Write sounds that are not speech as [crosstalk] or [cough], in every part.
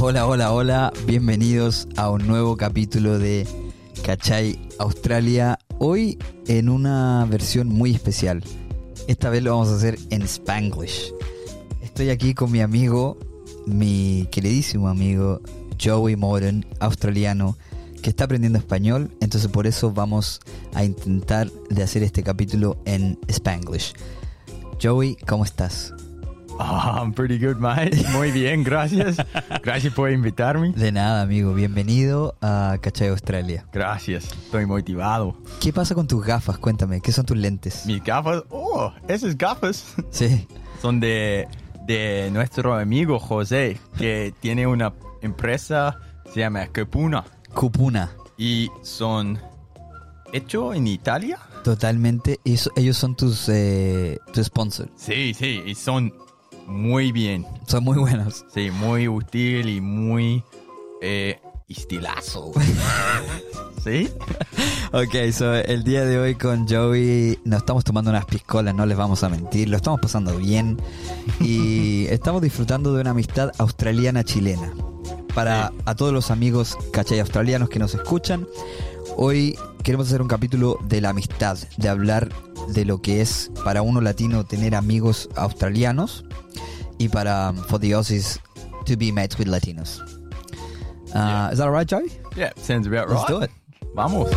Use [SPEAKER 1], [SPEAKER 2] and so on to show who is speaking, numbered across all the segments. [SPEAKER 1] Hola, hola, hola, bienvenidos a un nuevo capítulo de Cachai Australia, hoy en una versión muy especial. Esta vez lo vamos a hacer en Spanglish. Estoy aquí con mi amigo, mi queridísimo amigo Joey Moran, australiano, que está aprendiendo español, entonces por eso vamos a intentar de hacer este capítulo en Spanglish. Joey, ¿cómo estás?
[SPEAKER 2] Ah, I'm pretty good, mate. Muy bien, gracias. Gracias por invitarme.
[SPEAKER 1] De nada, amigo, bienvenido a Cachai Australia.
[SPEAKER 2] Gracias, estoy motivado.
[SPEAKER 1] ¿Qué pasa con tus gafas? Cuéntame, ¿qué son tus lentes?
[SPEAKER 2] Mis gafas, oh, esas gafas
[SPEAKER 1] Sí,
[SPEAKER 2] son de, de nuestro amigo José, que tiene una empresa, se llama Capuna,
[SPEAKER 1] Cupuna.
[SPEAKER 2] y son hecho en Italia.
[SPEAKER 1] Totalmente. Y eso- ellos son tus eh, tu sponsor.
[SPEAKER 2] Sí, sí, y son muy bien.
[SPEAKER 1] Son muy buenos.
[SPEAKER 2] Sí, muy útil y muy eh,
[SPEAKER 1] [laughs]
[SPEAKER 2] estilazo. ¿Sí?
[SPEAKER 1] Ok, so el día de hoy con Joey nos estamos tomando unas piscolas, no les vamos a mentir, lo estamos pasando bien y estamos disfrutando de una amistad australiana-chilena. Para
[SPEAKER 2] Sí.
[SPEAKER 1] a todos los amigos cachay australianos que nos escuchan, hoy queremos hacer un capítulo de la amistad, de hablar de lo que es para uno latino tener amigos australianos y para um, for the Aussies to be mates with Latinos. Uh, Is that right, Joey?
[SPEAKER 2] Yeah, sounds about right.
[SPEAKER 1] Let's do it.
[SPEAKER 2] Vamos.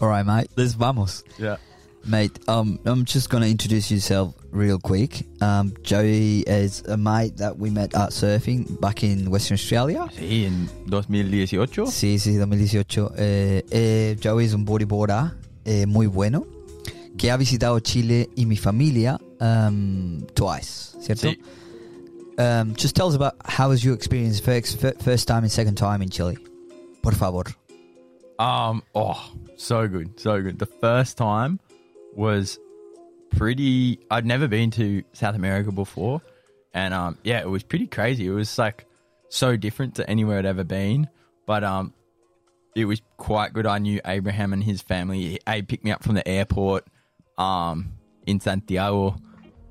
[SPEAKER 1] All right, mate. Les vamos.
[SPEAKER 2] Yeah.
[SPEAKER 1] Mate, um, I'm just going to introduce yourself real quick. Um, Joey is a mate that we met out surfing back in Western Australia.
[SPEAKER 2] Sí, en 2018.
[SPEAKER 1] Sí, sí, 2018. Eh, eh, Joey es un bodyboarder eh, muy bueno que ha visitado Chile y mi familia um, twice, ¿cierto?
[SPEAKER 2] Sí.
[SPEAKER 1] Um, just tell us about how was your experience first, fir- first time and second time in Chile, por favor.
[SPEAKER 2] Um, oh, so good, so good. The first time was pretty. I'd never been to South America before, and um, yeah, it was pretty crazy. It was like so different to anywhere I'd ever been, but um, it was quite good. I knew Abraham and his family. He picked me up from the airport, um, in Santiago,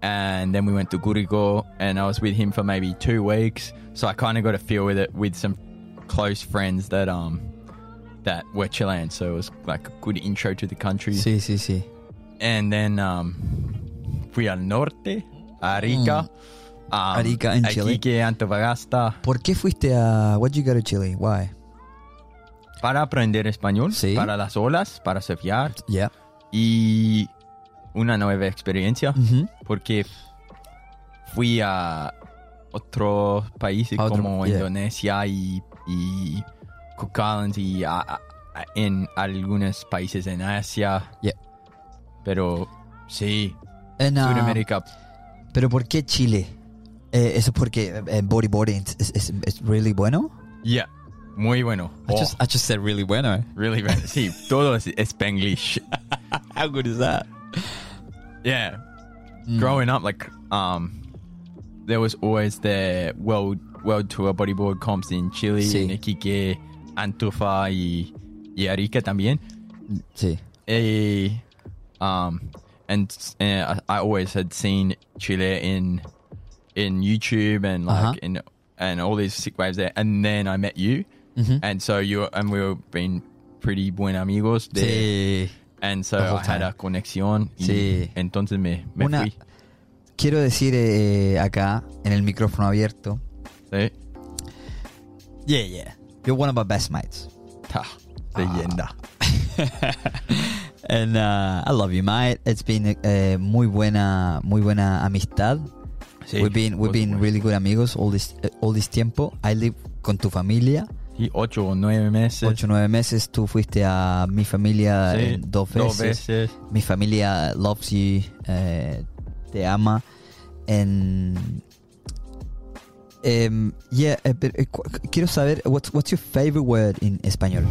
[SPEAKER 2] and then we went to Gurigo, and I was with him for maybe two weeks. So I kind of got a feel with it with some close friends that um that were Chilean. So it was like a good intro to the country.
[SPEAKER 1] Sí, sí, sí.
[SPEAKER 2] And then um, fui al norte, Arica. Um,
[SPEAKER 1] Mm. Arica in Chile.
[SPEAKER 2] Iquique, Antofagasta,
[SPEAKER 1] ¿Por qué fuiste a? Why'd you go to Chile? Why?
[SPEAKER 2] para aprender español,
[SPEAKER 1] Sí.
[SPEAKER 2] para las olas, para surfear
[SPEAKER 1] Yeah.
[SPEAKER 2] y una nueva experiencia
[SPEAKER 1] Ujú.
[SPEAKER 2] porque fui a otros países
[SPEAKER 1] A otro-
[SPEAKER 2] como
[SPEAKER 1] yeah.
[SPEAKER 2] Indonesia y, y Cook Islands y a- a- a- en algunos países en Asia.
[SPEAKER 1] Yeah.
[SPEAKER 2] Pero sí,
[SPEAKER 1] And, um,
[SPEAKER 2] Sudamérica.
[SPEAKER 1] Pero ¿por qué Chile? Eh, eso es porque eh, bodyboarding es, es, es- es really bueno.
[SPEAKER 2] Yeah, muy bueno. Oh,
[SPEAKER 1] said really bueno. eh.
[SPEAKER 2] really bueno. [laughs] Sí, todo es Spanglish. [laughs]
[SPEAKER 1] How Ah, good is that?
[SPEAKER 2] Yeah. Growing up, like, um, there was always the world world tour bodyboard comps in Chile,
[SPEAKER 1] Sí.
[SPEAKER 2] en Iquique, Antufa y, y Arica también.
[SPEAKER 1] Sí.
[SPEAKER 2] Eh, um, and uh, I I always had seen Chile in in YouTube and like
[SPEAKER 1] Uh-huh.
[SPEAKER 2] in and all these sick waves there. And then I met you,
[SPEAKER 1] Mm-hmm.
[SPEAKER 2] and so you and we were been pretty buen amigos. there.
[SPEAKER 1] Sí.
[SPEAKER 2] And so
[SPEAKER 1] The whole
[SPEAKER 2] I had
[SPEAKER 1] time.
[SPEAKER 2] a conexión. y
[SPEAKER 1] Sí.
[SPEAKER 2] Entonces me, me
[SPEAKER 1] Una-
[SPEAKER 2] fui.
[SPEAKER 1] Quiero decir eh, acá, en el micrófono abierto.
[SPEAKER 2] Sí.
[SPEAKER 1] Yeah, yeah. You're one of my best mates.
[SPEAKER 2] Ta,
[SPEAKER 1] Ah.
[SPEAKER 2] leyenda.
[SPEAKER 1] [laughs] And uh, I love you, mate. It's been eh, muy buena, muy buena amistad.
[SPEAKER 2] Sí,
[SPEAKER 1] we've been, we've
[SPEAKER 2] por
[SPEAKER 1] been
[SPEAKER 2] supuesto.
[SPEAKER 1] really good amigos all this, eh, all this tiempo. I live con tu familia.
[SPEAKER 2] Y ocho o nueve meses.
[SPEAKER 1] 8 o 9 meses tú fuiste a mi familia
[SPEAKER 2] Sí,
[SPEAKER 1] eh, dos, veces.
[SPEAKER 2] Dos veces.
[SPEAKER 1] Mi familia loves you, eh, te ama. And, em, yeah, eh, pero, eh, cu- quiero saber, what's, what's your favorite word in español?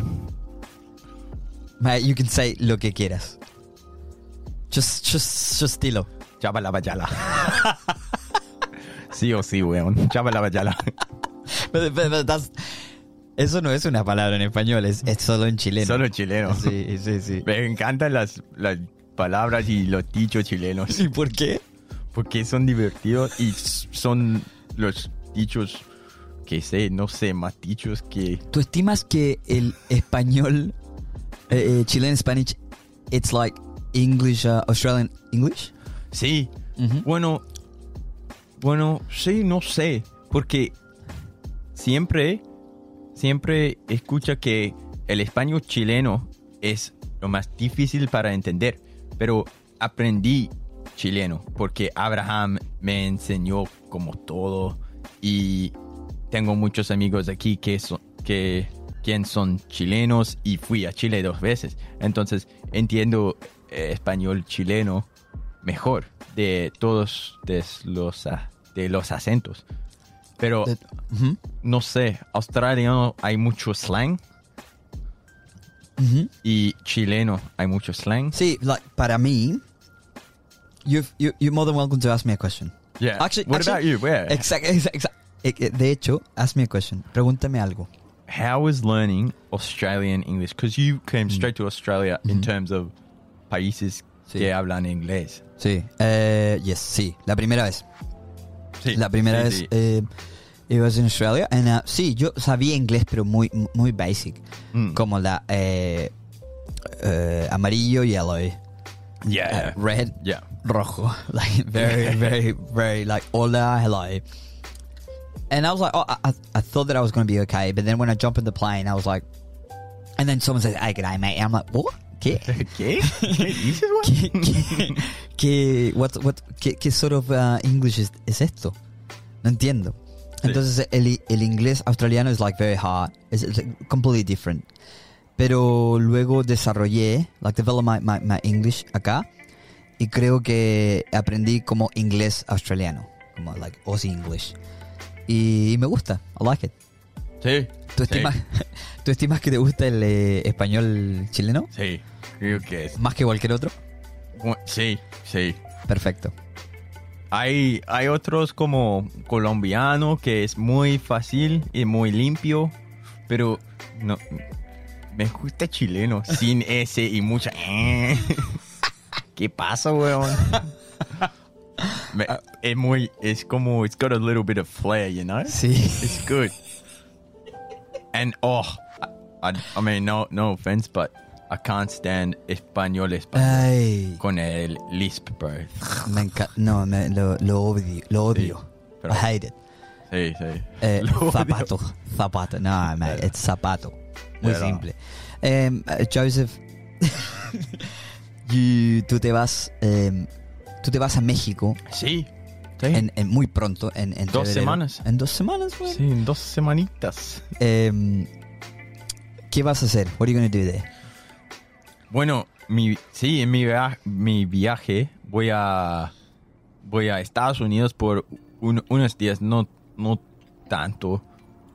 [SPEAKER 1] Mate, you can say lo que quieras. Just, just, just dilo.
[SPEAKER 2] Chabala
[SPEAKER 1] [laughs]
[SPEAKER 2] bayala. sí o sí, weón. Chabala bayala.
[SPEAKER 1] But, but, but that's, Eso no es una palabra en español, es, es solo en chileno.
[SPEAKER 2] Solo chilenos.
[SPEAKER 1] Sí, sí, sí.
[SPEAKER 2] Me encantan las, las palabras y los dichos
[SPEAKER 1] [laughs]
[SPEAKER 2] chilenos.
[SPEAKER 1] ¿Y por qué?
[SPEAKER 2] Porque son divertidos y s- son los dichos que sé, no sé, más dichos que.
[SPEAKER 1] ¿Tú estimas que el español, eh, eh, Chilean Spanish, it's like English, uh, Australian English?
[SPEAKER 2] Sí. Bueno. Bueno, sí, no sé. Porque siempre. Siempre escucha que el español chileno es lo más difícil para entender. Pero aprendí chileno porque Abraham me enseñó como todo. Y tengo muchos amigos aquí que son, que, quien son chilenos y fui a Chile dos veces. Entonces entiendo eh, español chileno mejor de todos des- los, a- de los acentos. Pero
[SPEAKER 1] That- Mm-hmm. ujú,
[SPEAKER 2] no sé, australiano hay mucho slang
[SPEAKER 1] ujú.
[SPEAKER 2] y chileno hay mucho slang.
[SPEAKER 1] Mm-hmm. Sí, like, para mí, you've- you, you're more than welcome to ask me a question.
[SPEAKER 2] Yeah.
[SPEAKER 1] Actually-
[SPEAKER 2] what
[SPEAKER 1] actually-
[SPEAKER 2] about you? Where?
[SPEAKER 1] Exacto, exacto. Eh, De hecho, ask me a question. Pregúntame algo.
[SPEAKER 2] How was learning Australian English? Because you came straight to Australia in terms of países
[SPEAKER 1] Sí.
[SPEAKER 2] que hablan inglés.
[SPEAKER 1] Sí. Eh, yes, sí. La primera vez.
[SPEAKER 2] Sí,
[SPEAKER 1] La primera
[SPEAKER 2] sí,
[SPEAKER 1] vez
[SPEAKER 2] sí.
[SPEAKER 1] eh, it was in Australia. And, uh, sí, yo sabía inglés, pero muy, muy basic.
[SPEAKER 2] Mm.
[SPEAKER 1] Como la eh, eh, amarillo, yellow, eh,
[SPEAKER 2] Yeah.
[SPEAKER 1] red,
[SPEAKER 2] yeah.
[SPEAKER 1] rojo. [laughs] Like very, very, very like hola, hello. And I was like, oh, I, I- I thought that I was going to be okay. But then when I jump in the plane, I was like, and then someone says, hey, g'day, mate. And I'm like, what?
[SPEAKER 2] [laughs]
[SPEAKER 1] ¿Qué?
[SPEAKER 2] ¿Qué? ¿Qué dices,
[SPEAKER 1] [laughs] ¿Qué,
[SPEAKER 2] güey?
[SPEAKER 1] qué, qué- what- what- qué- qué sort of uh, English es, es esto? No entiendo.
[SPEAKER 2] Sí.
[SPEAKER 1] Entonces el, el inglés australiano es like very hard. It's, it's, like, completely different. Pero luego desarrollé, like developed my, my, my English acá. Y creo que aprendí como inglés australiano. Como like Aussie English. Y, me gusta. I like it.
[SPEAKER 2] Sí.
[SPEAKER 1] ¿Tú [laughs]
[SPEAKER 2] sí,
[SPEAKER 1] estimas, ¿tú estimas que te gusta el eh, español chileno?
[SPEAKER 2] Sí. Creo que es.
[SPEAKER 1] Más que cualquier otro.
[SPEAKER 2] bu- Sí, sí.
[SPEAKER 1] Perfecto.
[SPEAKER 2] Hay, hay otros como colombiano que es muy fácil y muy limpio, pero no. Me gusta chileno, sin ese y mucha. eh. ¿Qué pasa, weón? Me- es muy. Es como. It's got a little bit of flair, you know? [laughs]
[SPEAKER 1] Sí.
[SPEAKER 2] It's good. And oh, I, I, I mean, no, no offense, but I can't stand español español
[SPEAKER 1] Ay,
[SPEAKER 2] con el lisp, bro.
[SPEAKER 1] me encanta. No, me, lo, lo odio. Lo odio.
[SPEAKER 2] pero-
[SPEAKER 1] I hate it.
[SPEAKER 2] Sí, sí.
[SPEAKER 1] Eh,
[SPEAKER 2] [laughs] Lo odio.
[SPEAKER 1] zapato. Zapato. No, man,
[SPEAKER 2] Pero-
[SPEAKER 1] it's zapato. Muy
[SPEAKER 2] pero-
[SPEAKER 1] simple. Em, eh, Joseph, [laughs] you- tú te vas. em, tú te vas a México
[SPEAKER 2] Sí. Sí.
[SPEAKER 1] en, en muy pronto. En, en
[SPEAKER 2] Eh. Dos
[SPEAKER 1] febrero.
[SPEAKER 2] semanas.
[SPEAKER 1] En dos semanas, güey.
[SPEAKER 2] Sí, en dos semanitas.
[SPEAKER 1] Em, ¿Qué vas a hacer? What are you going to do there?
[SPEAKER 2] Bueno, mi, sí, en mi, via- mi viaje voy a, voy a Estados Unidos por un- unos días, no, no tanto.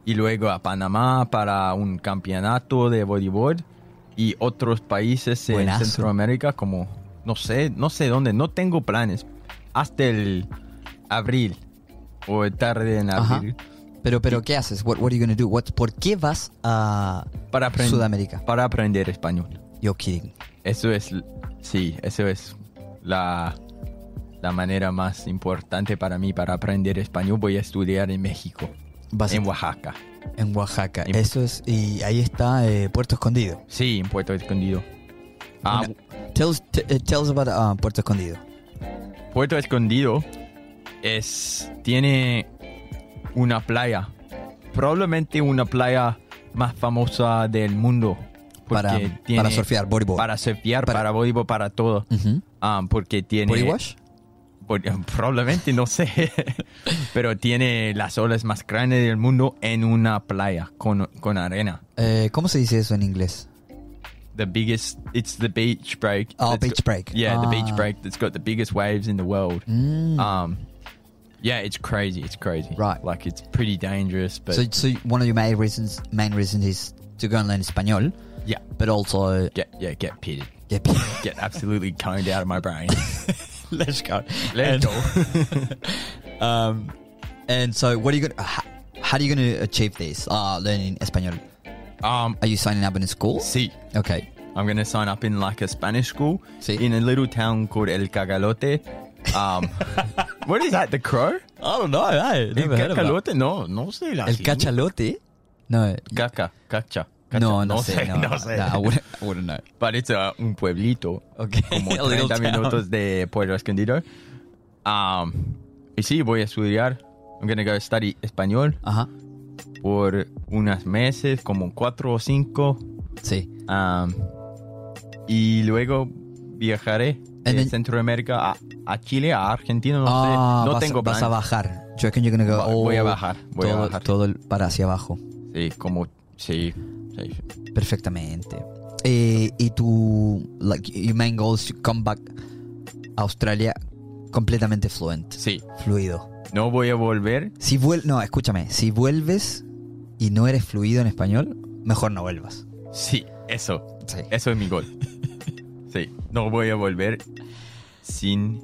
[SPEAKER 2] Y luego a Panamá para un campeonato de bodyboard y otros países en
[SPEAKER 1] Buenazo.
[SPEAKER 2] Centroamérica como, no sé, no sé dónde, no tengo planes. Hasta el abril o tarde en
[SPEAKER 1] Ajá.
[SPEAKER 2] abril.
[SPEAKER 1] Pero, pero ¿qué haces? What, what are you going to do? What, ¿Por qué vas a
[SPEAKER 2] Para, aprend-
[SPEAKER 1] Sudamérica?
[SPEAKER 2] para aprender español.
[SPEAKER 1] You're kidding.
[SPEAKER 2] Eso es, sí, eso es la, la manera más importante para mí para aprender español. Voy a estudiar en México,
[SPEAKER 1] Vas a
[SPEAKER 2] en Oaxaca.
[SPEAKER 1] En Oaxaca.
[SPEAKER 2] En-
[SPEAKER 1] Eso es. Y ahí está eh, Puerto Escondido.
[SPEAKER 2] Sí, en Puerto Escondido. Ah,
[SPEAKER 1] Una- Tell us, t- eh, tell us about uh, Puerto Escondido.
[SPEAKER 2] Puerto Escondido es, tiene una playa, probablemente una playa más famosa del mundo.
[SPEAKER 1] Para,
[SPEAKER 2] porque tiene-
[SPEAKER 1] para surfear, bodyboard.
[SPEAKER 2] Para surfear,
[SPEAKER 1] Para-
[SPEAKER 2] para, bodyboard, para todo.
[SPEAKER 1] Ujú.
[SPEAKER 2] Ah, porque tiene...
[SPEAKER 1] ¿Body wash?
[SPEAKER 2] Por- [laughs] probablemente, no sé. Pero tiene las olas más grandes del mundo en una playa con, con arena.
[SPEAKER 1] Eh, ¿Cómo se dice eso en inglés?
[SPEAKER 2] The biggest, it's the beach break.
[SPEAKER 1] Oh,
[SPEAKER 2] that's
[SPEAKER 1] beach
[SPEAKER 2] got-
[SPEAKER 1] break.
[SPEAKER 2] Yeah, the
[SPEAKER 1] Ah.
[SPEAKER 2] beach break that's got the biggest waves in the world.
[SPEAKER 1] Mm.
[SPEAKER 2] Um, yeah, it's crazy. It's crazy.
[SPEAKER 1] Right.
[SPEAKER 2] Like, it's pretty dangerous, but
[SPEAKER 1] so, so one of your main reasons, main reasons is to go and learn Espanol,
[SPEAKER 2] yeah,
[SPEAKER 1] but also
[SPEAKER 2] get, yeah, get pitted.
[SPEAKER 1] get
[SPEAKER 2] Get absolutely coned out of my brain.
[SPEAKER 1] [laughs] Let's go. [laughs]
[SPEAKER 2] Let's
[SPEAKER 1] go. um, and so, what are you gonna? How, how are you gonna achieve this? Uh, learning Espanol.
[SPEAKER 2] Um,
[SPEAKER 1] Are you signing up in a school?
[SPEAKER 2] see,
[SPEAKER 1] Okay.
[SPEAKER 2] I'm going to sign up in like a Spanish school
[SPEAKER 1] Sí.
[SPEAKER 2] in a little town called El Cagalote.
[SPEAKER 1] [laughs]
[SPEAKER 2] Um, what is that? The crow?
[SPEAKER 1] I don't know. I
[SPEAKER 2] El Cagalote? No, no sé. la
[SPEAKER 1] El
[SPEAKER 2] sigla.
[SPEAKER 1] cachalote? No.
[SPEAKER 2] Caca, cacha. cacha.
[SPEAKER 1] No, no, sé. [laughs] No,
[SPEAKER 2] no sé.
[SPEAKER 1] no, I, wouldn't, I wouldn't know.
[SPEAKER 2] But it's a, un pueblito.
[SPEAKER 1] Okay.
[SPEAKER 2] Como
[SPEAKER 1] [laughs] A little
[SPEAKER 2] 30
[SPEAKER 1] town.
[SPEAKER 2] minutos de Pueblo Escondido. Um, y sí, voy a estudiar. I'm going to go study español
[SPEAKER 1] Ajá.
[SPEAKER 2] por unos meses, como cuatro o cinco.
[SPEAKER 1] Sí.
[SPEAKER 2] Um, y luego viajaré de
[SPEAKER 1] And then-
[SPEAKER 2] Centroamérica a, a Chile, a Argentina, no
[SPEAKER 1] Ah,
[SPEAKER 2] sé. No
[SPEAKER 1] vas,
[SPEAKER 2] tengo
[SPEAKER 1] vas
[SPEAKER 2] plan.
[SPEAKER 1] a bajar. Yo reckon you're gonna go
[SPEAKER 2] Va-
[SPEAKER 1] all-
[SPEAKER 2] voy a bajar, voy a
[SPEAKER 1] todo,
[SPEAKER 2] bajar.
[SPEAKER 1] todo el- para hacia abajo.
[SPEAKER 2] Sí, como... Sí, sí.
[SPEAKER 1] Perfectamente. Eh, y tu like your main goal is to come back a Australia completamente fluent,
[SPEAKER 2] Sí,
[SPEAKER 1] fluido.
[SPEAKER 2] no voy a volver.
[SPEAKER 1] Si vuel no, escúchame, si vuelves y no eres fluido en español, mejor no vuelvas.
[SPEAKER 2] Sí, eso.
[SPEAKER 1] Sí.
[SPEAKER 2] Eso es mi
[SPEAKER 1] [laughs]
[SPEAKER 2] gol. Sí, no voy a volver sin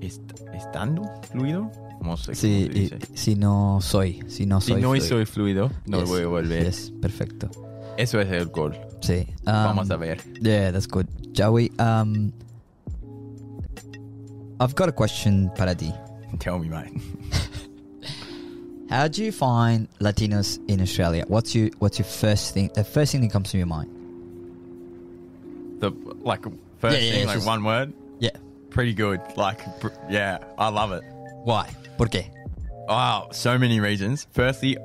[SPEAKER 2] est- estando fluido. No sé
[SPEAKER 1] Sí,
[SPEAKER 2] cómo se
[SPEAKER 1] y-
[SPEAKER 2] dice.
[SPEAKER 1] si no soy, si no
[SPEAKER 2] si
[SPEAKER 1] soy
[SPEAKER 2] no
[SPEAKER 1] fluido.
[SPEAKER 2] soy fluido, no
[SPEAKER 1] Yes,
[SPEAKER 2] voy a volver.
[SPEAKER 1] yes, perfecto.
[SPEAKER 2] Eso es el gol.
[SPEAKER 1] Sí. um,
[SPEAKER 2] Vamos a ver.
[SPEAKER 1] Yeah, that's good. Joey, um, I've got a question para ti.
[SPEAKER 2] Tell me, mate.
[SPEAKER 1] How do you find Latinos in Australia? What's your What's your first thing? The first thing that comes to your mind?
[SPEAKER 2] The like first
[SPEAKER 1] Yeah, yeah,
[SPEAKER 2] thing,
[SPEAKER 1] it's
[SPEAKER 2] like
[SPEAKER 1] just-
[SPEAKER 2] one word.
[SPEAKER 1] Yeah.
[SPEAKER 2] Pretty good. Like, pr- yeah, I love it.
[SPEAKER 1] Why? ¿Por qué?
[SPEAKER 2] Oh, so many reasons. Firstly,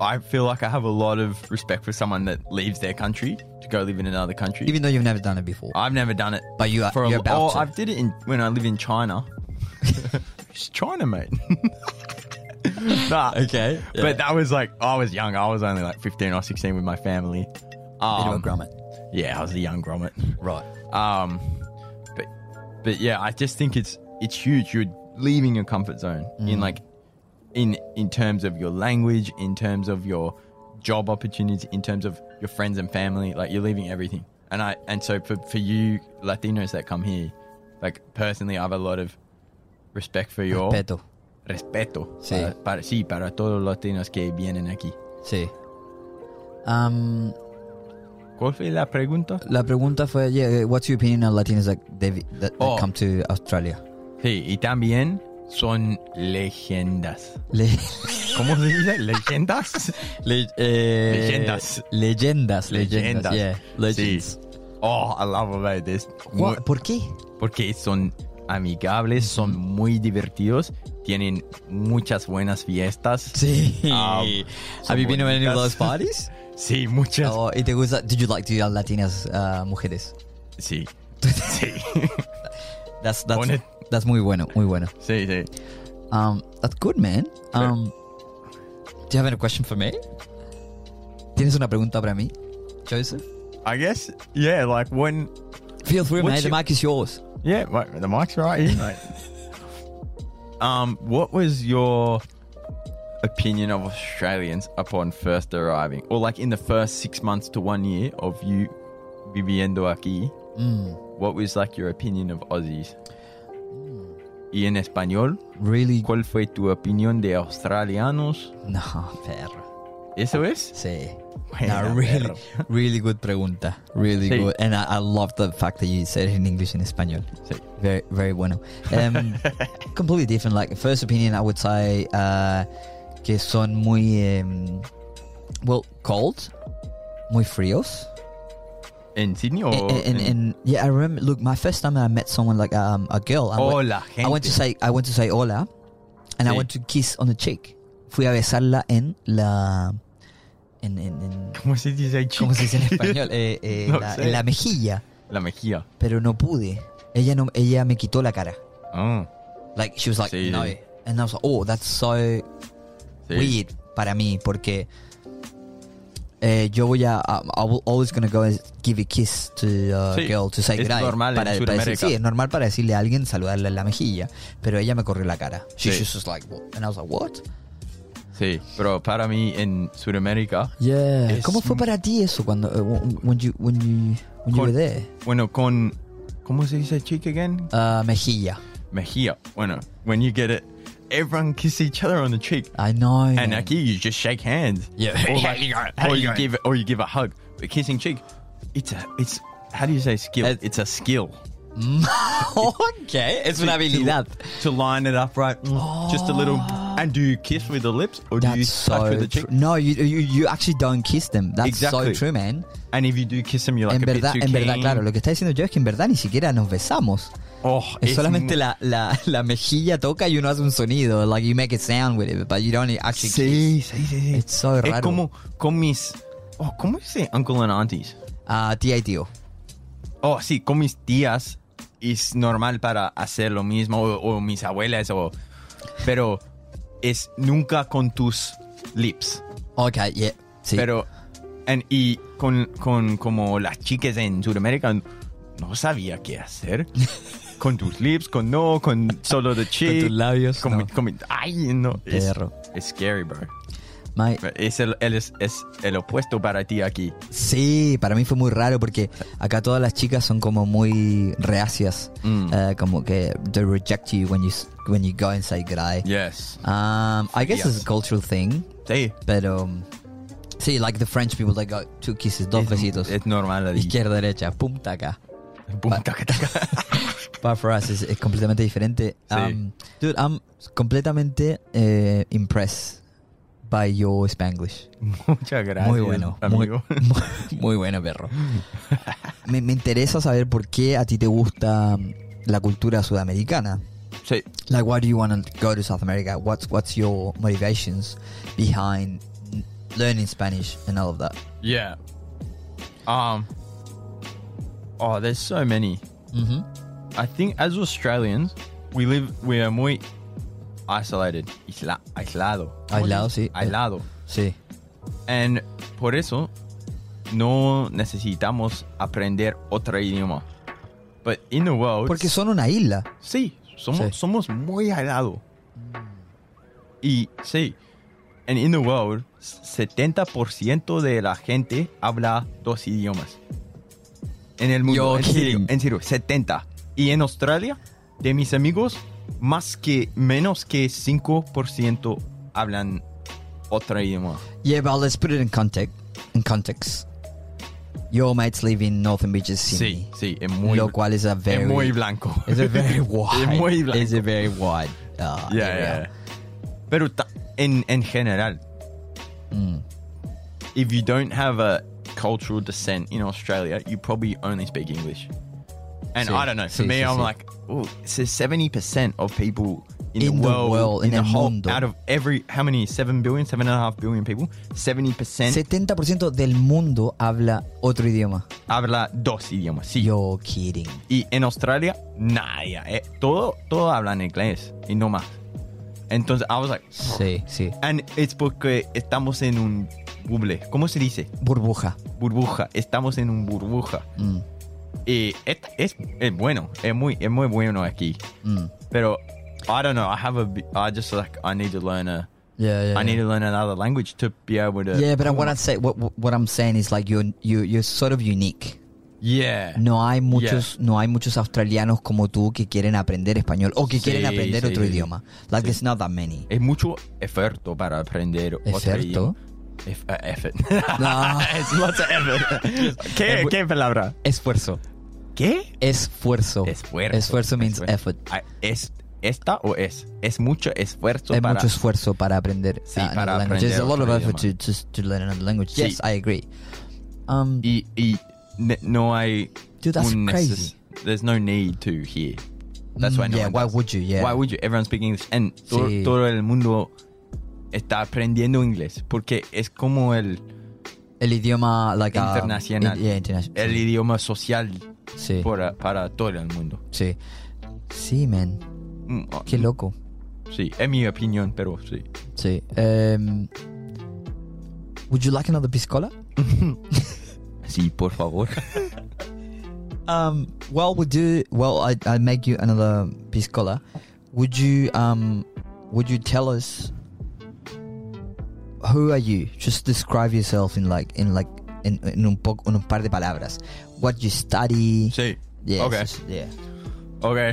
[SPEAKER 2] I feel like I have a lot of respect for someone that leaves their country to go live in another country.
[SPEAKER 1] Even though you've never done it before,
[SPEAKER 2] I've never done it.
[SPEAKER 1] but you are
[SPEAKER 2] For a,
[SPEAKER 1] you're
[SPEAKER 2] oh,
[SPEAKER 1] about to.
[SPEAKER 2] I did it in, when I lived
[SPEAKER 1] [laughs]
[SPEAKER 2] in China. it's China, mate. [laughs] nah,
[SPEAKER 1] Okay, yeah.
[SPEAKER 2] But that was like I was young. I was only like fifteen or sixteen with my family.
[SPEAKER 1] Bit of a
[SPEAKER 2] Um,
[SPEAKER 1] grommet.
[SPEAKER 2] yeah, I was a young grommet.
[SPEAKER 1] Right.
[SPEAKER 2] Um, but but yeah, I just think it's it's huge. You're leaving your comfort zone in like in in terms of your language, in terms of your job opportunities, in terms of your friends and family. Like you're leaving everything. And I and so for for you Latinos that come here, like personally, I have a lot of respect for your
[SPEAKER 1] Peto.
[SPEAKER 2] respeto.
[SPEAKER 1] Sí.
[SPEAKER 2] Para, para, sí, para todos los latinos que vienen aquí.
[SPEAKER 1] Sí. Um,
[SPEAKER 2] ¿Cuál fue la pregunta?
[SPEAKER 1] la pregunta fue, yeah, what's your opinion on Latinos that they that, that
[SPEAKER 2] Oh.
[SPEAKER 1] come to Australia? [laughs]
[SPEAKER 2] Sí, y también son leyendas.
[SPEAKER 1] Le-
[SPEAKER 2] ¿Cómo se dice? ¿Leyendas?
[SPEAKER 1] le- eh,
[SPEAKER 2] Leyendas.
[SPEAKER 1] Leyendas. [laughs] Leyendas.
[SPEAKER 2] Leyendas.
[SPEAKER 1] Yeah. Legends.
[SPEAKER 2] Sí. Oh, I love about this.
[SPEAKER 1] Wha- ¿Por qué?
[SPEAKER 2] Porque son amigables, son muy divertidos, tienen muchas buenas fiestas.
[SPEAKER 1] Sí.
[SPEAKER 2] Um,
[SPEAKER 1] [laughs] Have you been to any of those
[SPEAKER 2] bonitas.
[SPEAKER 1] parties?
[SPEAKER 2] [laughs] Sí, muchas.
[SPEAKER 1] Oh, ¿y te gusta? Did you like to young Latinas uh, mujeres? [laughs]
[SPEAKER 2] Sí. Sí. [laughs]
[SPEAKER 1] That's that's
[SPEAKER 2] Pone-
[SPEAKER 1] that's muy bueno, muy bueno.
[SPEAKER 2] Sí, sí.
[SPEAKER 1] Um, that's good, man. Um, do you have any question for me? ¿Tienes una pregunta para mí, Joseph?
[SPEAKER 2] I guess, yeah, like when.
[SPEAKER 1] Feel free, mate.
[SPEAKER 2] What's
[SPEAKER 1] The
[SPEAKER 2] your-
[SPEAKER 1] mic is yours.
[SPEAKER 2] Yeah, wait, the mic's right here. mate. [laughs] um, what was your opinion of Australians upon first arriving, or like in the first six months to one year of you viviendo aquí?
[SPEAKER 1] Mm,
[SPEAKER 2] What was like your opinion of Aussies?
[SPEAKER 1] Hmm.
[SPEAKER 2] Y en español,
[SPEAKER 1] Really?
[SPEAKER 2] ¿cuál fue tu opinión de australianos?
[SPEAKER 1] No, perro.
[SPEAKER 2] Eso es.
[SPEAKER 1] Sí.
[SPEAKER 2] Buena,
[SPEAKER 1] No, really,
[SPEAKER 2] perro.
[SPEAKER 1] really good pregunta. Really
[SPEAKER 2] Sí.
[SPEAKER 1] good. And I, I love the fact that you said it in English and Espanol.
[SPEAKER 2] Sí.
[SPEAKER 1] Very, very bueno. Um, completely different. Like first opinion, I would say uh, que son muy um, well cold, muy fríos.
[SPEAKER 2] [laughs] ¿En Sydney o
[SPEAKER 1] and, and, and- yeah, I remember. Look, my first time I met someone like um, a girl. I went,
[SPEAKER 2] Hola, gente.
[SPEAKER 1] I went to say I went to say hola, and I
[SPEAKER 2] Sí.
[SPEAKER 1] went to kiss on the cheek. Fui a besarla en la en, en, en
[SPEAKER 2] ¿Cómo se dice?
[SPEAKER 1] ¿cómo se dice
[SPEAKER 2] [laughs]
[SPEAKER 1] en
[SPEAKER 2] chica?
[SPEAKER 1] español? Eh, eh,
[SPEAKER 2] No
[SPEAKER 1] la-
[SPEAKER 2] sé.
[SPEAKER 1] en la mejilla,
[SPEAKER 2] La mejilla.
[SPEAKER 1] pero no pude. Ella no, ella me quitó la cara.
[SPEAKER 2] Ah,
[SPEAKER 1] Like she was like
[SPEAKER 2] Sí.
[SPEAKER 1] no, and I was like, oh, that's so
[SPEAKER 2] sí.
[SPEAKER 1] weird para mí porque eh, yo voy a I, I will always gonna go and give a kiss to a
[SPEAKER 2] Sí,
[SPEAKER 1] girl to say
[SPEAKER 2] es
[SPEAKER 1] goodbye
[SPEAKER 2] normal en
[SPEAKER 1] para, para decir-
[SPEAKER 2] Sudamérica.
[SPEAKER 1] sí es normal para decirle a alguien saludarle en la mejilla pero ella me corrió la cara she
[SPEAKER 2] Sí.
[SPEAKER 1] was just like what? and I was like what
[SPEAKER 2] Sí, pero para mí en Sudamérica,
[SPEAKER 1] yeah
[SPEAKER 2] Es
[SPEAKER 1] cómo fue
[SPEAKER 2] un-
[SPEAKER 1] para ti eso cuando eh, when you when you when you
[SPEAKER 2] Mm. Con-
[SPEAKER 1] were there
[SPEAKER 2] bueno, con. ¿Cómo se dice chick again?
[SPEAKER 1] Ah, mejilla
[SPEAKER 2] Mejía. Bueno, when you get it everyone kiss each other on the cheek.
[SPEAKER 1] I know.
[SPEAKER 2] And like you just shake hands.
[SPEAKER 1] Yeah.
[SPEAKER 2] Or,
[SPEAKER 1] How
[SPEAKER 2] like-
[SPEAKER 1] you going? How
[SPEAKER 2] or
[SPEAKER 1] Oh you
[SPEAKER 2] you
[SPEAKER 1] going?
[SPEAKER 2] [laughs] give or you give a hug. But kissing cheek, it's a it's how do you say skill?
[SPEAKER 1] That-
[SPEAKER 2] it's a skill.
[SPEAKER 1] okay, es una habilidad. Oh.
[SPEAKER 2] To, to line it up right. Mm, Just a little and do you kiss with the lips or do you
[SPEAKER 1] That's
[SPEAKER 2] touch
[SPEAKER 1] so
[SPEAKER 2] with the
[SPEAKER 1] true.
[SPEAKER 2] cheek?
[SPEAKER 1] No, you, you, you actually don't kiss them. That's so
[SPEAKER 2] Exactly.
[SPEAKER 1] true, man.
[SPEAKER 2] And if you do kiss them, you're like
[SPEAKER 1] en
[SPEAKER 2] a
[SPEAKER 1] verdad,
[SPEAKER 2] bit too
[SPEAKER 1] en verdad,
[SPEAKER 2] keen.
[SPEAKER 1] claro. Lo que está diciendo yo es que en verdad ni siquiera nos besamos.
[SPEAKER 2] Oh,
[SPEAKER 1] Es
[SPEAKER 2] it's
[SPEAKER 1] solamente
[SPEAKER 2] mo-
[SPEAKER 1] la, la, la mejilla toca y uno hace un sonido. Like you make a sound with it, but you don't actually kiss.
[SPEAKER 2] Sí, sí, sí, sí.
[SPEAKER 1] Es so
[SPEAKER 2] Es
[SPEAKER 1] raro.
[SPEAKER 2] como con mis. Oh, ¿Cómo dice uncle and aunties?
[SPEAKER 1] Ah, tía y tío.
[SPEAKER 2] Oh, sí, con mis tías es normal para hacer lo mismo, o, o mis abuelas, o. Pero es nunca con tus lips.
[SPEAKER 1] Ok, yeah. Sí.
[SPEAKER 2] Pero. en- y con, con como las chicas en Sudamérica, no sabía
[SPEAKER 1] [laughs]
[SPEAKER 2] qué hacer. con tus lips, con no, con solo the cheek.
[SPEAKER 1] labios.
[SPEAKER 2] con mi- con mi- ay, no. Es,
[SPEAKER 1] Perro.
[SPEAKER 2] es scary, bro.
[SPEAKER 1] My-
[SPEAKER 2] Es el, él es, es el opuesto para ti aquí.
[SPEAKER 1] sí, para mí fue muy raro porque acá todas las chicas son como muy reacias.
[SPEAKER 2] Mm.
[SPEAKER 1] Eh, como que they reject you when you, s- when you go inside Gray.
[SPEAKER 2] Yes.
[SPEAKER 1] Um, I guess it's a
[SPEAKER 2] Yes.
[SPEAKER 1] cultural thing,
[SPEAKER 2] Sí.
[SPEAKER 1] but um, see, like the French people, they got two kisses, dos besitos,
[SPEAKER 2] Es normal. ahí.
[SPEAKER 1] izquierda, derecha, pum, taca.
[SPEAKER 2] Pum, taca,
[SPEAKER 1] [laughs]
[SPEAKER 2] taca.
[SPEAKER 1] But for us, es, es completamente diferente.
[SPEAKER 2] Sí.
[SPEAKER 1] Um, dude, I'm completamente eh, impressed by your Spanglish. [laughs]
[SPEAKER 2] Muchas gracias.
[SPEAKER 1] Muy bueno, muy, [laughs]
[SPEAKER 2] amigo.
[SPEAKER 1] muy- muy bueno, perro. Me, me interesa saber por qué a ti te gusta um, la cultura sudamericana.
[SPEAKER 2] Sí.
[SPEAKER 1] Like, why do you want to go to South America? What's what's your motivations behind learning Spanish and all of that?
[SPEAKER 2] Yeah. Um. Oh, there's so many.
[SPEAKER 1] Mm-hmm.
[SPEAKER 2] I think as Australians, we live, we are muy isolated. Isla, aislado.
[SPEAKER 1] Aislado, sí.
[SPEAKER 2] Aislado.
[SPEAKER 1] Sí.
[SPEAKER 2] And por eso no necesitamos aprender otro idioma. But in the world,
[SPEAKER 1] Porque son una isla.
[SPEAKER 2] Sí,
[SPEAKER 1] Sí.
[SPEAKER 2] somos, somos muy aislado. Y sí, and in the world, 70% de la gente habla dos idiomas. En el mundo,
[SPEAKER 1] You're
[SPEAKER 2] en serio,
[SPEAKER 1] kidding.
[SPEAKER 2] en serio, 70. Y en Australia, de mis amigos, más que, menos que 5% hablan otro idioma.
[SPEAKER 1] Yeah, but let's put it in context. In context, your mates live in Northern Beaches,
[SPEAKER 2] Sí,
[SPEAKER 1] Sydney.
[SPEAKER 2] sí, es muy,
[SPEAKER 1] lo cual is a very
[SPEAKER 2] es muy blanco.
[SPEAKER 1] It's
[SPEAKER 2] [laughs]
[SPEAKER 1] a very wide.
[SPEAKER 2] Es muy blanco.
[SPEAKER 1] It's a very wide. Uh,
[SPEAKER 2] Yeah,
[SPEAKER 1] area.
[SPEAKER 2] yeah. Pero ta- en, en general,
[SPEAKER 1] Mm.
[SPEAKER 2] if you don't have a cultural descent in Australia, you probably only speak English. And
[SPEAKER 1] Sí,
[SPEAKER 2] I don't know. For
[SPEAKER 1] sí,
[SPEAKER 2] me,
[SPEAKER 1] sí,
[SPEAKER 2] I'm
[SPEAKER 1] sí.
[SPEAKER 2] like, oh, it says seventy percent of people in,
[SPEAKER 1] In
[SPEAKER 2] the
[SPEAKER 1] the
[SPEAKER 2] world,
[SPEAKER 1] world, in
[SPEAKER 2] the
[SPEAKER 1] el
[SPEAKER 2] whole,
[SPEAKER 1] mundo.
[SPEAKER 2] out of every how many seven billion, seven and a half billion people, seventy percent
[SPEAKER 1] 70% del mundo habla otro idioma.
[SPEAKER 2] habla dos idiomas. Sí.
[SPEAKER 1] You're kidding.
[SPEAKER 2] Y en Australia, nadie. Eh, todo, todo hablan inglés y no más. Entonces, I was like,
[SPEAKER 1] Sí, sí.
[SPEAKER 2] and it's porque estamos en un buble. ¿Cómo se dice?
[SPEAKER 1] Burbuja.
[SPEAKER 2] Burbuja. Estamos en un burbuja.
[SPEAKER 1] Mm,
[SPEAKER 2] Y es, es, es bueno, es muy, es muy bueno aquí.
[SPEAKER 1] mm.
[SPEAKER 2] Pero I don't know, I have a, bi- I just like, I need to learn a,
[SPEAKER 1] Yeah, yeah.
[SPEAKER 2] I need
[SPEAKER 1] yeah.
[SPEAKER 2] to learn another language to be able to.
[SPEAKER 1] Yeah, but what I say, what what I'm saying is like you're you you're sort of unique.
[SPEAKER 2] Yeah.
[SPEAKER 1] No hay muchos no hay muchos australianos como tú que quieren aprender español o que
[SPEAKER 2] Sí,
[SPEAKER 1] quieren aprender
[SPEAKER 2] sí,
[SPEAKER 1] otro
[SPEAKER 2] sí.
[SPEAKER 1] idioma. Like there's not that
[SPEAKER 2] [laughs]
[SPEAKER 1] many.
[SPEAKER 2] Es mucho esfuerzo para aprender otro
[SPEAKER 1] ¿Esfuerzo?
[SPEAKER 2] idioma. Ef- eh, effort. [laughs]
[SPEAKER 1] No.
[SPEAKER 2] es lots of
[SPEAKER 1] [laughs]
[SPEAKER 2] effort. ¿Qué,
[SPEAKER 1] Es bu-
[SPEAKER 2] ¿Qué palabra?
[SPEAKER 1] Esfuerzo.
[SPEAKER 2] ¿Qué?
[SPEAKER 1] Esfuerzo. Oh.
[SPEAKER 2] Esfuerzo.
[SPEAKER 1] Esfuerzo means
[SPEAKER 2] Esfuerzo.
[SPEAKER 1] effort.
[SPEAKER 2] Ah, ¿Es esta o es? Es mucho esfuerzo
[SPEAKER 1] Hay
[SPEAKER 2] para.
[SPEAKER 1] mucho esfuerzo para aprender
[SPEAKER 2] Sí,
[SPEAKER 1] uh, another
[SPEAKER 2] para
[SPEAKER 1] language. There's a lot of
[SPEAKER 2] aprender otro
[SPEAKER 1] effort to,
[SPEAKER 2] idioma.
[SPEAKER 1] to, to learn another language.
[SPEAKER 2] Sí.
[SPEAKER 1] Yes, I agree. Um,
[SPEAKER 2] y, y ne- no hay
[SPEAKER 1] Dude, that's
[SPEAKER 2] un
[SPEAKER 1] crazy.
[SPEAKER 2] there's no need to here that's why no
[SPEAKER 1] yeah,
[SPEAKER 2] one
[SPEAKER 1] why
[SPEAKER 2] does.
[SPEAKER 1] would you? Yeah.
[SPEAKER 2] why would you everyone speak English and to-
[SPEAKER 1] Sí.
[SPEAKER 2] todo el mundo está aprendiendo inglés porque es como el
[SPEAKER 1] El idioma, like, um,
[SPEAKER 2] Internacional.
[SPEAKER 1] in- yeah, international.
[SPEAKER 2] el idioma social
[SPEAKER 1] sí,
[SPEAKER 2] para, para todo el mundo
[SPEAKER 1] sí. Sí, man.
[SPEAKER 2] Mm, oh,
[SPEAKER 1] Qué loco.
[SPEAKER 2] sí es mi opinión pero sí
[SPEAKER 1] Sí. Um, would you like another piscola?
[SPEAKER 2] sí por favor
[SPEAKER 1] Um, well, we do. Well, I I make you another piscola. Would you um, would you tell us who are you? Just describe yourself in like in like in, in un poco en un par de palabras. What you study?
[SPEAKER 2] [laughs] sí
[SPEAKER 1] Yeah.
[SPEAKER 2] okay
[SPEAKER 1] Yeah.
[SPEAKER 2] okay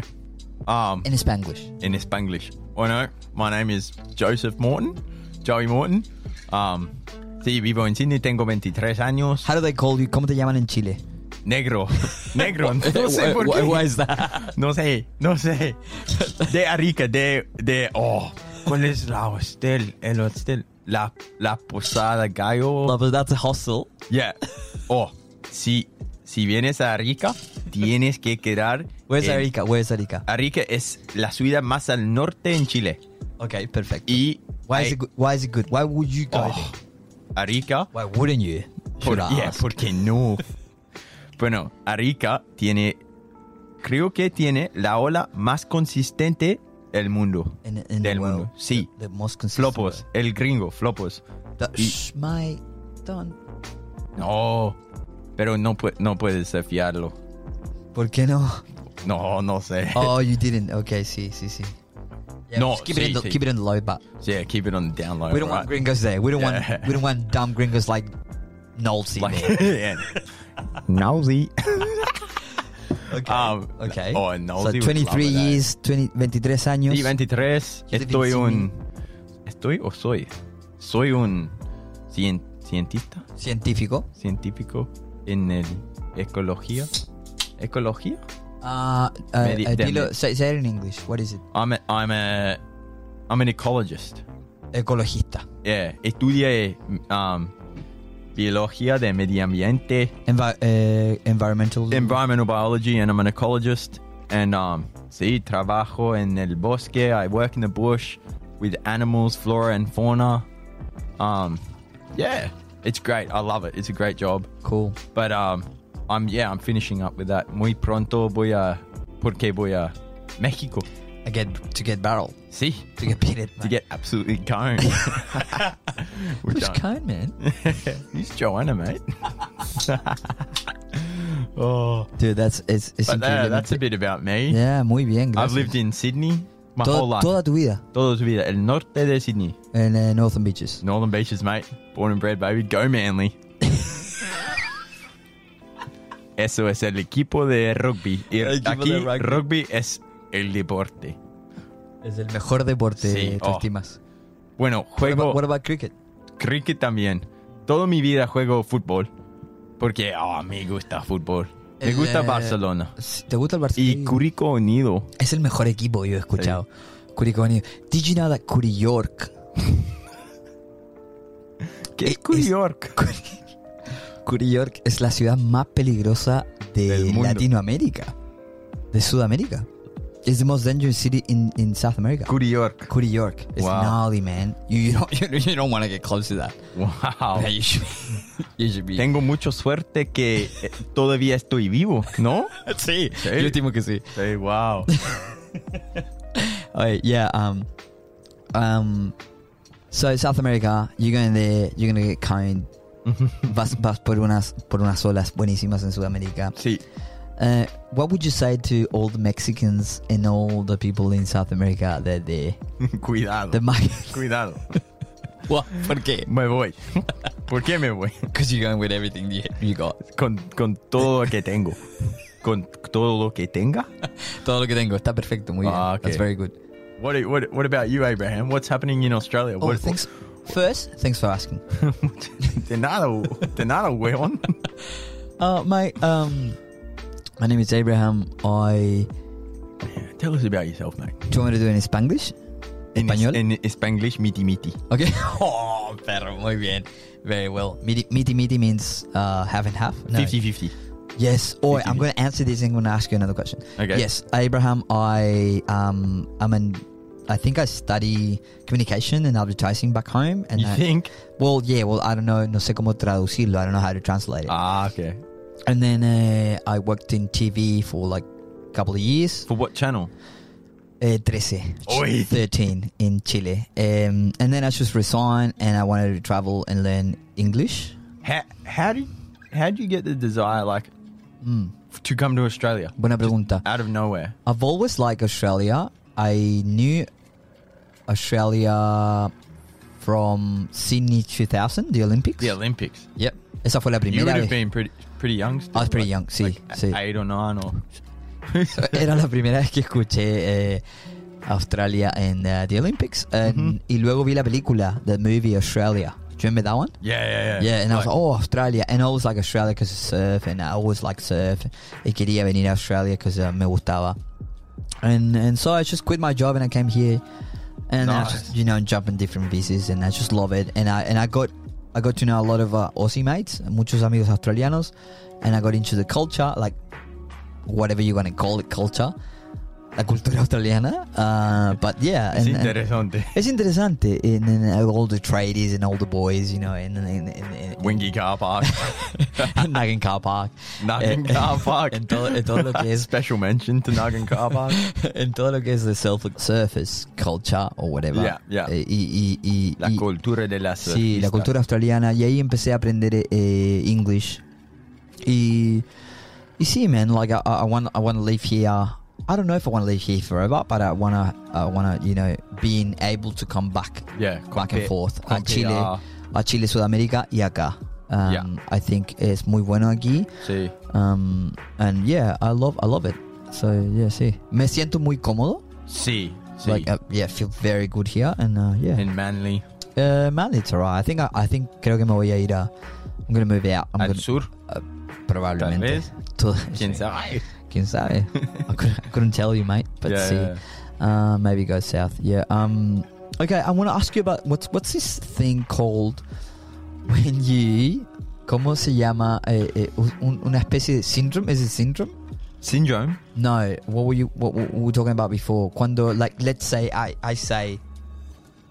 [SPEAKER 2] um
[SPEAKER 1] In Spanglish.
[SPEAKER 2] en Spanglish or no, my name is Joseph Morton, Joey Morton. Um, sí, vivo en Sydney, tengo 23 años.
[SPEAKER 1] How do they call you? ¿Cómo te llaman en Chile? [laughs]
[SPEAKER 2] Negro, negro, no sé por
[SPEAKER 1] Why-
[SPEAKER 2] qué.
[SPEAKER 1] why is [laughs] that?
[SPEAKER 2] No sé, no sé. De Arica, de, de, oh, ¿cuál es la hostel? El hostel, la, la posada gallo.
[SPEAKER 1] No, but that's a hostel.
[SPEAKER 2] Yeah. Oh, si, si vienes a Arica, tienes que quedar.
[SPEAKER 1] Where's
[SPEAKER 2] en-
[SPEAKER 1] Pues Arica? Where's Arica?
[SPEAKER 2] Arica es la ciudad más al norte en Chile.
[SPEAKER 1] Okay, perfect.
[SPEAKER 2] Y
[SPEAKER 1] Why is
[SPEAKER 2] hay-
[SPEAKER 1] it good? Why is it good? Why would you go
[SPEAKER 2] E Oh,
[SPEAKER 1] there?
[SPEAKER 2] Arica.
[SPEAKER 1] Why wouldn't you?
[SPEAKER 2] Por,
[SPEAKER 1] Should I
[SPEAKER 2] yeah,
[SPEAKER 1] ask?
[SPEAKER 2] ¿por qué no? bueno, Arica tiene, creo que tiene la ola más consistente del mundo.
[SPEAKER 1] in, in
[SPEAKER 2] del
[SPEAKER 1] the world,
[SPEAKER 2] mundo. Sí.
[SPEAKER 1] The, the most consistent.
[SPEAKER 2] Flopos, el gringo, flopos.
[SPEAKER 1] world. That,
[SPEAKER 2] E
[SPEAKER 1] shh, my don.
[SPEAKER 2] No, pero no, pue- no puedes eh, fiarlo.
[SPEAKER 1] ¿Por qué no?
[SPEAKER 2] No, no sé.
[SPEAKER 1] [laughs] Oh, you didn't. Okay, sí, sí, sí. Yeah,
[SPEAKER 2] No,
[SPEAKER 1] just keep,
[SPEAKER 2] sí,
[SPEAKER 1] it in the,
[SPEAKER 2] sí.
[SPEAKER 1] keep it in the low, but
[SPEAKER 2] [laughs] Yeah, keep it on the down low.
[SPEAKER 1] we don't want
[SPEAKER 2] right?
[SPEAKER 1] gringos there. We don't
[SPEAKER 2] Yeah.
[SPEAKER 1] want we don't want dumb gringos like Nolsey.
[SPEAKER 2] [laughs] Like, yeah. [laughs] Nosy.
[SPEAKER 1] Okay.
[SPEAKER 2] Um,
[SPEAKER 1] okay.
[SPEAKER 2] oh, and
[SPEAKER 1] so
[SPEAKER 2] Nolsey would
[SPEAKER 1] 23
[SPEAKER 2] love that.
[SPEAKER 1] years, 20, 23 años.
[SPEAKER 2] Sí, 23.
[SPEAKER 1] Yo te
[SPEAKER 2] Estoy
[SPEAKER 1] pienso en
[SPEAKER 2] un. ¿Estoy o soy? Soy un cien- cientista,
[SPEAKER 1] Científico.
[SPEAKER 2] científico en el ecología. ¿Ecología?
[SPEAKER 1] Uh, uh,
[SPEAKER 2] Medi-
[SPEAKER 1] uh, dilo,
[SPEAKER 2] deme.
[SPEAKER 1] say, say it in English. What is it?
[SPEAKER 2] I'm a, I'm a. I'm an ecologist.
[SPEAKER 1] Ecologista.
[SPEAKER 2] Yeah. Estudié um, biología de medio ambiente,
[SPEAKER 1] Envi- eh, environmental.
[SPEAKER 2] environmental biology, and I'm an ecologist. And um, sí, trabajo en el bosque. I work in the bush with animals, flora, and fauna. Um, yeah, it's great. I love it. It's a great job.
[SPEAKER 1] cool.
[SPEAKER 2] But um, I'm yeah, I'm finishing up with that. Muy pronto voy a porque voy a Mexico.
[SPEAKER 1] I get to get barrel.
[SPEAKER 2] See
[SPEAKER 1] To get pitted.
[SPEAKER 2] to
[SPEAKER 1] mate.
[SPEAKER 2] get absolutely [laughs] going.
[SPEAKER 1] Which
[SPEAKER 2] I'm-
[SPEAKER 1] kind, man?
[SPEAKER 2] [laughs] He's Joanna, mate. [laughs] oh,
[SPEAKER 1] Dude, that's it's, it's
[SPEAKER 2] but there,
[SPEAKER 1] incredible.
[SPEAKER 2] that's a bit about me.
[SPEAKER 1] Yeah, muy bien.
[SPEAKER 2] I've
[SPEAKER 1] Gracias.
[SPEAKER 2] lived in Sydney my
[SPEAKER 1] toda,
[SPEAKER 2] whole life.
[SPEAKER 1] toda tu vida
[SPEAKER 2] Toda tu vida, el norte de Sydney,
[SPEAKER 1] en eh, Northern Beaches.
[SPEAKER 2] Northern Beaches, mate. Born and bred, baby. Go Manly.
[SPEAKER 1] [laughs]
[SPEAKER 2] Eso es el equipo de rugby. Y
[SPEAKER 1] El equipo
[SPEAKER 2] aquí
[SPEAKER 1] de rugby.
[SPEAKER 2] rugby es el deporte.
[SPEAKER 1] Es el mejor deporte
[SPEAKER 2] Sí,
[SPEAKER 1] tú
[SPEAKER 2] oh.
[SPEAKER 1] estimas.
[SPEAKER 2] Bueno,
[SPEAKER 1] What
[SPEAKER 2] juego
[SPEAKER 1] about, what about cricket?
[SPEAKER 2] cricket también. Toda mi vida juego fútbol. Porque ah, me gusta fútbol. Me
[SPEAKER 1] El,
[SPEAKER 2] gusta
[SPEAKER 1] eh,
[SPEAKER 2] Barcelona.
[SPEAKER 1] ¿Te gusta el
[SPEAKER 2] Y
[SPEAKER 1] Barcelona?
[SPEAKER 2] Curicó Unido.
[SPEAKER 1] es el mejor equipo yo he escuchado. Curicó Unido. Did you know that Curi York?
[SPEAKER 2] ¿Qué
[SPEAKER 1] Eh,
[SPEAKER 2] es Curi
[SPEAKER 1] es-
[SPEAKER 2] York?
[SPEAKER 1] [laughs] Curi York es la ciudad más peligrosa
[SPEAKER 2] Del
[SPEAKER 1] de
[SPEAKER 2] mundo.
[SPEAKER 1] Latinoamérica. De Sudamérica. It's the most dangerous city in, in South America.
[SPEAKER 2] Curi York.
[SPEAKER 1] Curi York. It's
[SPEAKER 2] Wow.
[SPEAKER 1] gnarly, man. You, you don't, [laughs] you, don't want to get close to that.
[SPEAKER 2] [laughs] Wow.
[SPEAKER 1] Yeah, [laughs] you should, you should be.
[SPEAKER 2] Oh. Tengo mucha suerte que eh, todavía estoy vivo, ¿no?
[SPEAKER 1] [laughs] Sí,
[SPEAKER 2] Sí.
[SPEAKER 1] yo estimo que sí.
[SPEAKER 2] Sí, wow.
[SPEAKER 1] Alright, yeah. Um, um, so South America, you're going there. You're gonna get
[SPEAKER 2] [laughs]
[SPEAKER 1] kind. vas, vas por unas por unas olas buenísimas en Sudamérica.
[SPEAKER 2] Sí.
[SPEAKER 1] Uh, what would you say to all the Mexicans and all the people in South America that they
[SPEAKER 2] [laughs] Cuidado.
[SPEAKER 1] the [laughs] Mac?
[SPEAKER 2] Cuidado.
[SPEAKER 1] what? ¿Por qué?
[SPEAKER 2] Me voy. ¿Por qué me voy?
[SPEAKER 1] Because you're going with everything you, you got.
[SPEAKER 2] Con, con todo lo que tengo. Con todo lo que tenga.
[SPEAKER 1] Todo lo que tengo está perfecto. Muy bien.
[SPEAKER 2] Ah, okay.
[SPEAKER 1] That's very good.
[SPEAKER 2] What, what, what about you, Abraham? What's happening in Australia?
[SPEAKER 1] Oh,
[SPEAKER 2] What-
[SPEAKER 1] thanks. First, thanks for asking.
[SPEAKER 2] De nada, de nada, weón.
[SPEAKER 1] Uh, my um, my name is Abraham. I
[SPEAKER 2] Tell us about yourself, mate.
[SPEAKER 1] do you want me to do it in Spanglish?
[SPEAKER 2] En,
[SPEAKER 1] ¿Español?
[SPEAKER 2] en Spanglish, miti miti.
[SPEAKER 1] Okay. [laughs] Oh, pero muy bien. Very well. Miti miti, miti means uh, half and half. No.
[SPEAKER 2] 50-50.
[SPEAKER 1] Yes. Or
[SPEAKER 2] Fifty
[SPEAKER 1] I'm going to answer this and I'm going to ask you another question.
[SPEAKER 2] Okay.
[SPEAKER 1] Yes, Abraham. I um, I'm an. I think I study communication and advertising back home. And
[SPEAKER 2] You
[SPEAKER 1] I-
[SPEAKER 2] think?
[SPEAKER 1] Well, yeah. Well, I don't know. No sé cómo traducirlo. I don't know how to translate it.
[SPEAKER 2] Ah, okay.
[SPEAKER 1] and then uh, I worked in TV for like a couple of years.
[SPEAKER 2] For what channel?
[SPEAKER 1] Uh, 13.
[SPEAKER 2] Oi.
[SPEAKER 1] 13 in Chile. Um, and then I just resigned and I wanted to travel and learn English.
[SPEAKER 2] How how did how did you get the desire like f- to come to Australia
[SPEAKER 1] Buena pregunta.
[SPEAKER 2] out of nowhere?
[SPEAKER 1] I've always liked Australia. I knew Australia from Sydney 2000, the Olympics.
[SPEAKER 2] The Olympics.
[SPEAKER 1] Yep. Esa fue la
[SPEAKER 2] You
[SPEAKER 1] primera
[SPEAKER 2] would
[SPEAKER 1] [laughs] vez.
[SPEAKER 2] have been pretty pretty young. Still,
[SPEAKER 1] I was pretty young, sí,
[SPEAKER 2] a-
[SPEAKER 1] sí.
[SPEAKER 2] Eight or nine or.
[SPEAKER 1] Era la primera vez que escuché eh, Australia en uh, the Olympics. And-
[SPEAKER 2] Mm-hmm.
[SPEAKER 1] Y luego vi la película, the movie Australia. Do you remember that one?
[SPEAKER 2] [laughs] Yeah, yeah, yeah.
[SPEAKER 1] Yeah, and I was
[SPEAKER 2] Like,
[SPEAKER 1] like, oh, Australia. And I always like Australia because of surf, and I always like surf. Y quería venir a Australia because uh, me gustaba. And, and so I just quit my job and I came here. And I
[SPEAKER 2] Nice.
[SPEAKER 1] just, you know, jump in different pieces and I just love it. And I, and I got I got to know a lot of uh, Aussie mates, muchos amigos australianos. And I got into the culture, like whatever you want to call it, culture. La cultura australiana. Uh, but yeah.
[SPEAKER 2] it's
[SPEAKER 1] and- and-
[SPEAKER 2] interesante.
[SPEAKER 1] it's interesante in, in, uh, all the tradies and all the boys, you know, in in in, in,
[SPEAKER 2] Wingy
[SPEAKER 1] [laughs]
[SPEAKER 2] car park.
[SPEAKER 1] in Nugget car park,
[SPEAKER 2] Nugget
[SPEAKER 1] [laughs]
[SPEAKER 2] car park.
[SPEAKER 1] Eh, en todo, en todo lo que es
[SPEAKER 2] Special mention to Nugget [laughs] car
[SPEAKER 1] [laughs]
[SPEAKER 2] park.
[SPEAKER 1] en todo lo que es the self surface culture or whatever.
[SPEAKER 2] Yeah, yeah.
[SPEAKER 1] Eh, y, y, y,
[SPEAKER 2] La
[SPEAKER 1] y-
[SPEAKER 2] cultura de la
[SPEAKER 1] Sí, la
[SPEAKER 2] surfista.
[SPEAKER 1] cultura australiana. Y ahí empecé a aprender eh, eh, English. Y, y sí, man, like I, I, want, I want to live here. I don't know if I want to live here forever, but I want to, I want to, you know, being able to come back,
[SPEAKER 2] Yeah,
[SPEAKER 1] back and
[SPEAKER 2] compare-
[SPEAKER 1] forth a
[SPEAKER 2] compare
[SPEAKER 1] Chile,
[SPEAKER 2] a-
[SPEAKER 1] a Chile, Sudamérica y acá. Um,
[SPEAKER 2] Yeah.
[SPEAKER 1] I think es muy bueno aquí.
[SPEAKER 2] Sí.
[SPEAKER 1] Um, and yeah, I love, I love it. So yeah, sí. Me siento muy cómodo.
[SPEAKER 2] Sí. Sí.
[SPEAKER 1] Like uh, yeah, feel very good here, and uh, yeah.
[SPEAKER 2] in Manly.
[SPEAKER 1] Uh, man, it's alright. I think I, I think creo que me voy a ir a. I'm gonna move out. I'm
[SPEAKER 2] Al
[SPEAKER 1] gonna,
[SPEAKER 2] sur. Tal
[SPEAKER 1] probablemente.
[SPEAKER 2] vez.
[SPEAKER 1] [laughs] Todo-
[SPEAKER 2] ¿Quién
[SPEAKER 1] sí.
[SPEAKER 2] sabe?
[SPEAKER 1] ¿Quién sabe? I, couldn't, I couldn't tell you, mate. But
[SPEAKER 2] [laughs] Yeah,
[SPEAKER 1] see,
[SPEAKER 2] yeah,
[SPEAKER 1] Uh, maybe go south. Yeah. Um. Okay. I want to ask you about what's what's this thing called when you cómo se llama eh, eh, un- una especie de syndrome? Is it syndrome?
[SPEAKER 2] Syndrome.
[SPEAKER 1] No, what were you what, what we were talking about before? Cuando like let's say I I say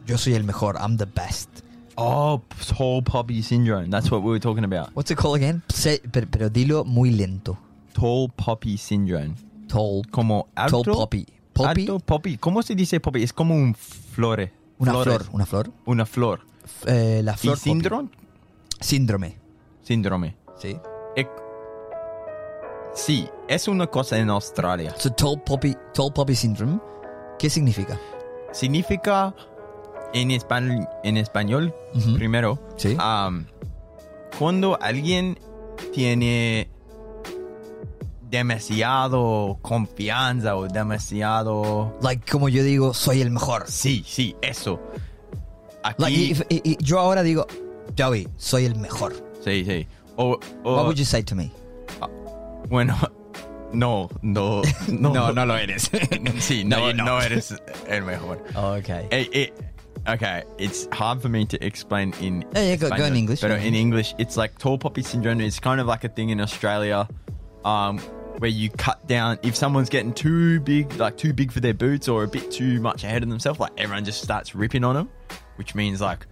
[SPEAKER 1] yo soy el mejor, I'm the best.
[SPEAKER 2] Oh, tall poppy syndrome. That's what we were talking about.
[SPEAKER 1] What's it called again? Se- pero, pero dilo muy lento.
[SPEAKER 2] Tall poppy syndrome.
[SPEAKER 1] Tall
[SPEAKER 2] Como alto.
[SPEAKER 1] tall poppy. Poppy,
[SPEAKER 2] Alto poppy. ¿Cómo se dice poppy? Es como un flore.
[SPEAKER 1] una
[SPEAKER 2] Flores.
[SPEAKER 1] flor, una flor.
[SPEAKER 2] Una flor.
[SPEAKER 1] F- eh, la
[SPEAKER 2] ¿Y
[SPEAKER 1] flor poppy.
[SPEAKER 2] síndrome?
[SPEAKER 1] Síndrome.
[SPEAKER 2] Síndrome.
[SPEAKER 1] Sí.
[SPEAKER 2] Ec- Sí, es una cosa en Australia.
[SPEAKER 1] So tall poppy, tall poppy syndrome. ¿Qué significa?
[SPEAKER 2] Significa en, espan- en español,
[SPEAKER 1] Ujú.
[SPEAKER 2] primero,
[SPEAKER 1] Sí.
[SPEAKER 2] am, cuando alguien tiene demasiado confianza o demasiado...
[SPEAKER 1] Like como yo digo, soy el mejor.
[SPEAKER 2] Sí, sí, eso. Aquí...
[SPEAKER 1] Like if- i- i- yo ahora digo, Joey, soy el mejor.
[SPEAKER 2] sí, sí. O, o-
[SPEAKER 1] What would you say to me?
[SPEAKER 2] Bueno, [laughs] no, no,
[SPEAKER 1] [laughs]
[SPEAKER 2] no.
[SPEAKER 1] No, no [laughs]
[SPEAKER 2] lo eres. [laughs] sí, no,
[SPEAKER 1] you're not.
[SPEAKER 2] no eres el mejor.
[SPEAKER 1] Okay.
[SPEAKER 2] It, it, okay, it's hard for me to explain in.
[SPEAKER 1] Yeah, yeah, go- go in
[SPEAKER 2] Spanish,
[SPEAKER 1] English,
[SPEAKER 2] But
[SPEAKER 1] go in
[SPEAKER 2] in English, it's like tall poppy syndrome. It's kind of like a thing in Australia, um, where you cut down if someone's getting too big, like too big for their boots, or a bit too much ahead of themselves. Like everyone just starts ripping on them, which means like.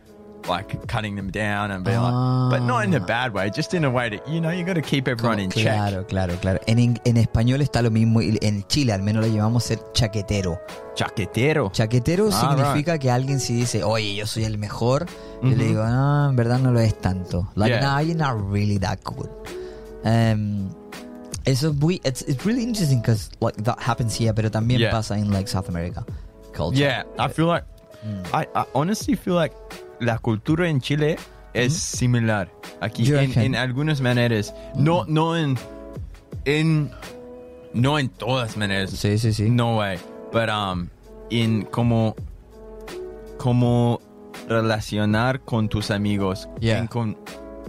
[SPEAKER 2] Like cutting them down and being like, but not in a bad way, just in a way that you know you got to keep everyone in check.
[SPEAKER 1] Ah. Claro, claro, claro. En, ing- en español está lo mismo. y En Chile al menos lo llamamos ser chaquetero.
[SPEAKER 2] Chaquetero.
[SPEAKER 1] Chaquetero
[SPEAKER 2] Ah,
[SPEAKER 1] significa que alguien si dice, oye, yo soy el mejor, yo le digo, no, en verdad no lo es tanto. Like,
[SPEAKER 2] Yeah.
[SPEAKER 1] nah, you're not really that good. Um, eso es muy, it's, it's really interesting because like that happens here, pero también
[SPEAKER 2] Yeah.
[SPEAKER 1] pasa en like South America culture.
[SPEAKER 2] Yeah, I feel like
[SPEAKER 1] Mm.
[SPEAKER 2] I, I honestly feel like la cultura en Chile
[SPEAKER 1] Mm-hmm.
[SPEAKER 2] es similar aquí
[SPEAKER 1] You
[SPEAKER 2] en,
[SPEAKER 1] reckon?
[SPEAKER 2] en algunas maneras,
[SPEAKER 1] Mm-hmm.
[SPEAKER 2] no no en en no en todas maneras.
[SPEAKER 1] Sí, sí, sí.
[SPEAKER 2] No way, but um in como como relacionar con tus amigos,
[SPEAKER 1] Yeah.
[SPEAKER 2] en con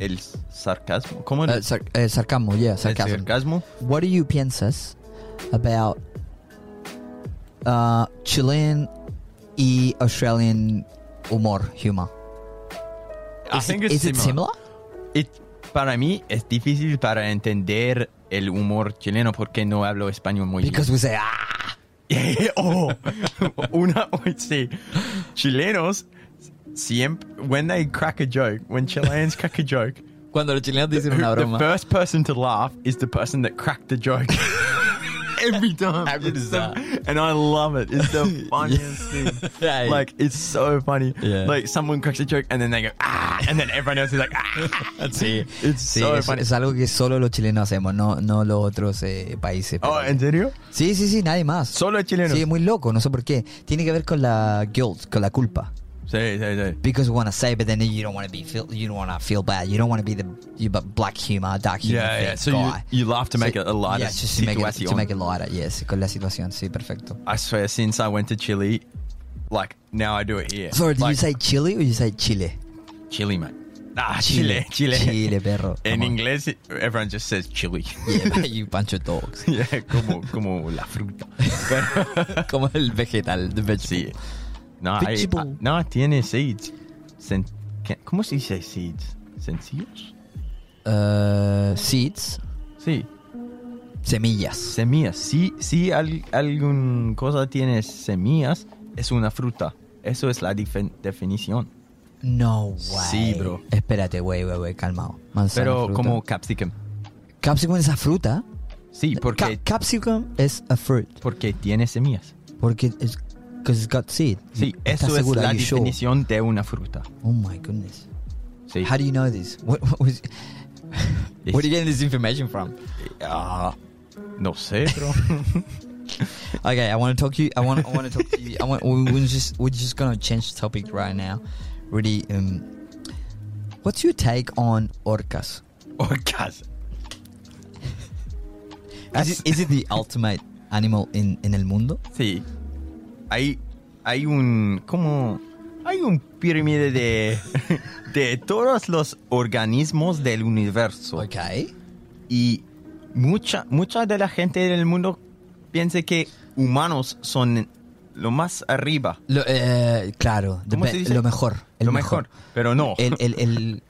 [SPEAKER 2] el sarcasmo, ¿cómo
[SPEAKER 1] Eh,
[SPEAKER 2] es?
[SPEAKER 1] sar- eh, sarcasmo, yeah, sarcasmo.
[SPEAKER 2] El sarcasmo.
[SPEAKER 1] What do you piensas about uh, Chilean y Australian humor, humor?
[SPEAKER 2] I
[SPEAKER 1] Is
[SPEAKER 2] think
[SPEAKER 1] it-
[SPEAKER 2] it's
[SPEAKER 1] is it similar?
[SPEAKER 2] It- para mí es difícil para entender el humor chileno porque no hablo español muy
[SPEAKER 1] Because we say, ah,
[SPEAKER 2] bien. [laughs] oh, una, [laughs] sí. Chilenos siempre, when they crack a joke,
[SPEAKER 1] [laughs]
[SPEAKER 2] when Chileans crack a joke,
[SPEAKER 1] Cuando los chilenos dicen
[SPEAKER 2] who-
[SPEAKER 1] una
[SPEAKER 2] [laughs] the
[SPEAKER 1] broma.
[SPEAKER 2] first person to laugh is the person that cracked
[SPEAKER 1] [laughs]
[SPEAKER 2] the joke. Every time.
[SPEAKER 1] How good
[SPEAKER 2] It's
[SPEAKER 1] is
[SPEAKER 2] the-
[SPEAKER 1] that?
[SPEAKER 2] And I love it.
[SPEAKER 1] [laughs]
[SPEAKER 2] It's the funniest thing.
[SPEAKER 1] Right.
[SPEAKER 2] Like, it's so funny.
[SPEAKER 1] Yeah.
[SPEAKER 2] Like, someone cracks a joke and then they go, ah, and then everyone else is like,
[SPEAKER 1] [laughs]
[SPEAKER 2] ah.
[SPEAKER 1] Sí,
[SPEAKER 2] It's
[SPEAKER 1] sí,
[SPEAKER 2] so
[SPEAKER 1] es,
[SPEAKER 2] funny.
[SPEAKER 1] es algo que solo los chilenos hacemos, no, no los otros eh, países.
[SPEAKER 2] Oh,
[SPEAKER 1] pero-
[SPEAKER 2] ¿en serio?
[SPEAKER 1] sí, sí, sí, nadie más.
[SPEAKER 2] Solo chilenos.
[SPEAKER 1] Sí, es muy loco, no sé por qué. Tiene que ver con la guilt, con la culpa.
[SPEAKER 2] See, see, see.
[SPEAKER 1] because we want to say, but then you don't want to be feel, you don't want to feel bad. You don't want to be the you but black humor, dark humor
[SPEAKER 2] Yeah, yeah.
[SPEAKER 1] thing
[SPEAKER 2] So you,
[SPEAKER 1] guy.
[SPEAKER 2] you laugh to make it a lighter
[SPEAKER 1] yeah, just to make it,
[SPEAKER 2] situation.
[SPEAKER 1] to make it lighter. Yes, con la situación, sí, perfecto.
[SPEAKER 2] I swear, since I went to Chile, like now I do it here.
[SPEAKER 1] Sorry, did
[SPEAKER 2] Like,
[SPEAKER 1] you say Chile or you say Chile?
[SPEAKER 2] Chile, mate? Nah, Chile, Chile, [laughs]
[SPEAKER 1] Chile, perro.
[SPEAKER 2] In
[SPEAKER 1] Come on.
[SPEAKER 2] English, it- everyone just says Chile.
[SPEAKER 1] Yeah, [laughs] but you bunch of dogs.
[SPEAKER 2] [laughs] yeah, como como la fruta.
[SPEAKER 1] [laughs]
[SPEAKER 2] But-
[SPEAKER 1] Como el vegetal, the
[SPEAKER 2] sí.
[SPEAKER 1] vegetable.
[SPEAKER 2] No, I,
[SPEAKER 1] Vegetable.
[SPEAKER 2] I- no tiene seeds. Sen, can, ¿Cómo se dice seeds? Sencillos.
[SPEAKER 1] Uh, seeds,
[SPEAKER 2] Sí.
[SPEAKER 1] semillas.
[SPEAKER 2] Semillas. Si, si al, algún cosa tiene semillas, es una fruta. Eso es la difen- definición.
[SPEAKER 1] No way.
[SPEAKER 2] Sí, bro.
[SPEAKER 1] Espérate, wey, wey, wey, calmado. Manzana,
[SPEAKER 2] Pero
[SPEAKER 1] fruta.
[SPEAKER 2] como capsicum.
[SPEAKER 1] Capsicum es a fruta.
[SPEAKER 2] Sí, porque,
[SPEAKER 1] Ca- capsicum es a fruit.
[SPEAKER 2] porque tiene semillas.
[SPEAKER 1] Porque es because it's got seed.
[SPEAKER 2] Sí,
[SPEAKER 1] ¿Estás
[SPEAKER 2] eso es
[SPEAKER 1] segura?
[SPEAKER 2] la
[SPEAKER 1] Are you sure?
[SPEAKER 2] definición de una fruta.
[SPEAKER 1] Oh my goodness.
[SPEAKER 2] Sí.
[SPEAKER 1] How do you know this? [laughs] What, what was?
[SPEAKER 2] This-
[SPEAKER 1] Where are you getting this information from?
[SPEAKER 2] Ah, no sé,
[SPEAKER 1] [laughs]
[SPEAKER 2] bro.
[SPEAKER 1] Okay, I want to talk to you. I want. I want to talk to you. I want. we- We're just. We're just gonna change the topic right now. Really. Um, what's your take on orcas?
[SPEAKER 2] Oh, Orcas.
[SPEAKER 1] Is it, is it the ultimate animal in in el mundo?
[SPEAKER 2] Sí. Hay, hay un. como. Hay un pirámide de. [laughs] de todos los organismos del universo.
[SPEAKER 1] Okay.
[SPEAKER 2] Y mucha, mucha de la gente del mundo piensa que humanos son lo más arriba.
[SPEAKER 1] Lo, eh, claro. the
[SPEAKER 2] ¿Cómo se
[SPEAKER 1] be-
[SPEAKER 2] dice?
[SPEAKER 1] Lo mejor. el
[SPEAKER 2] lo mejor. Pero no.
[SPEAKER 1] El, el, el-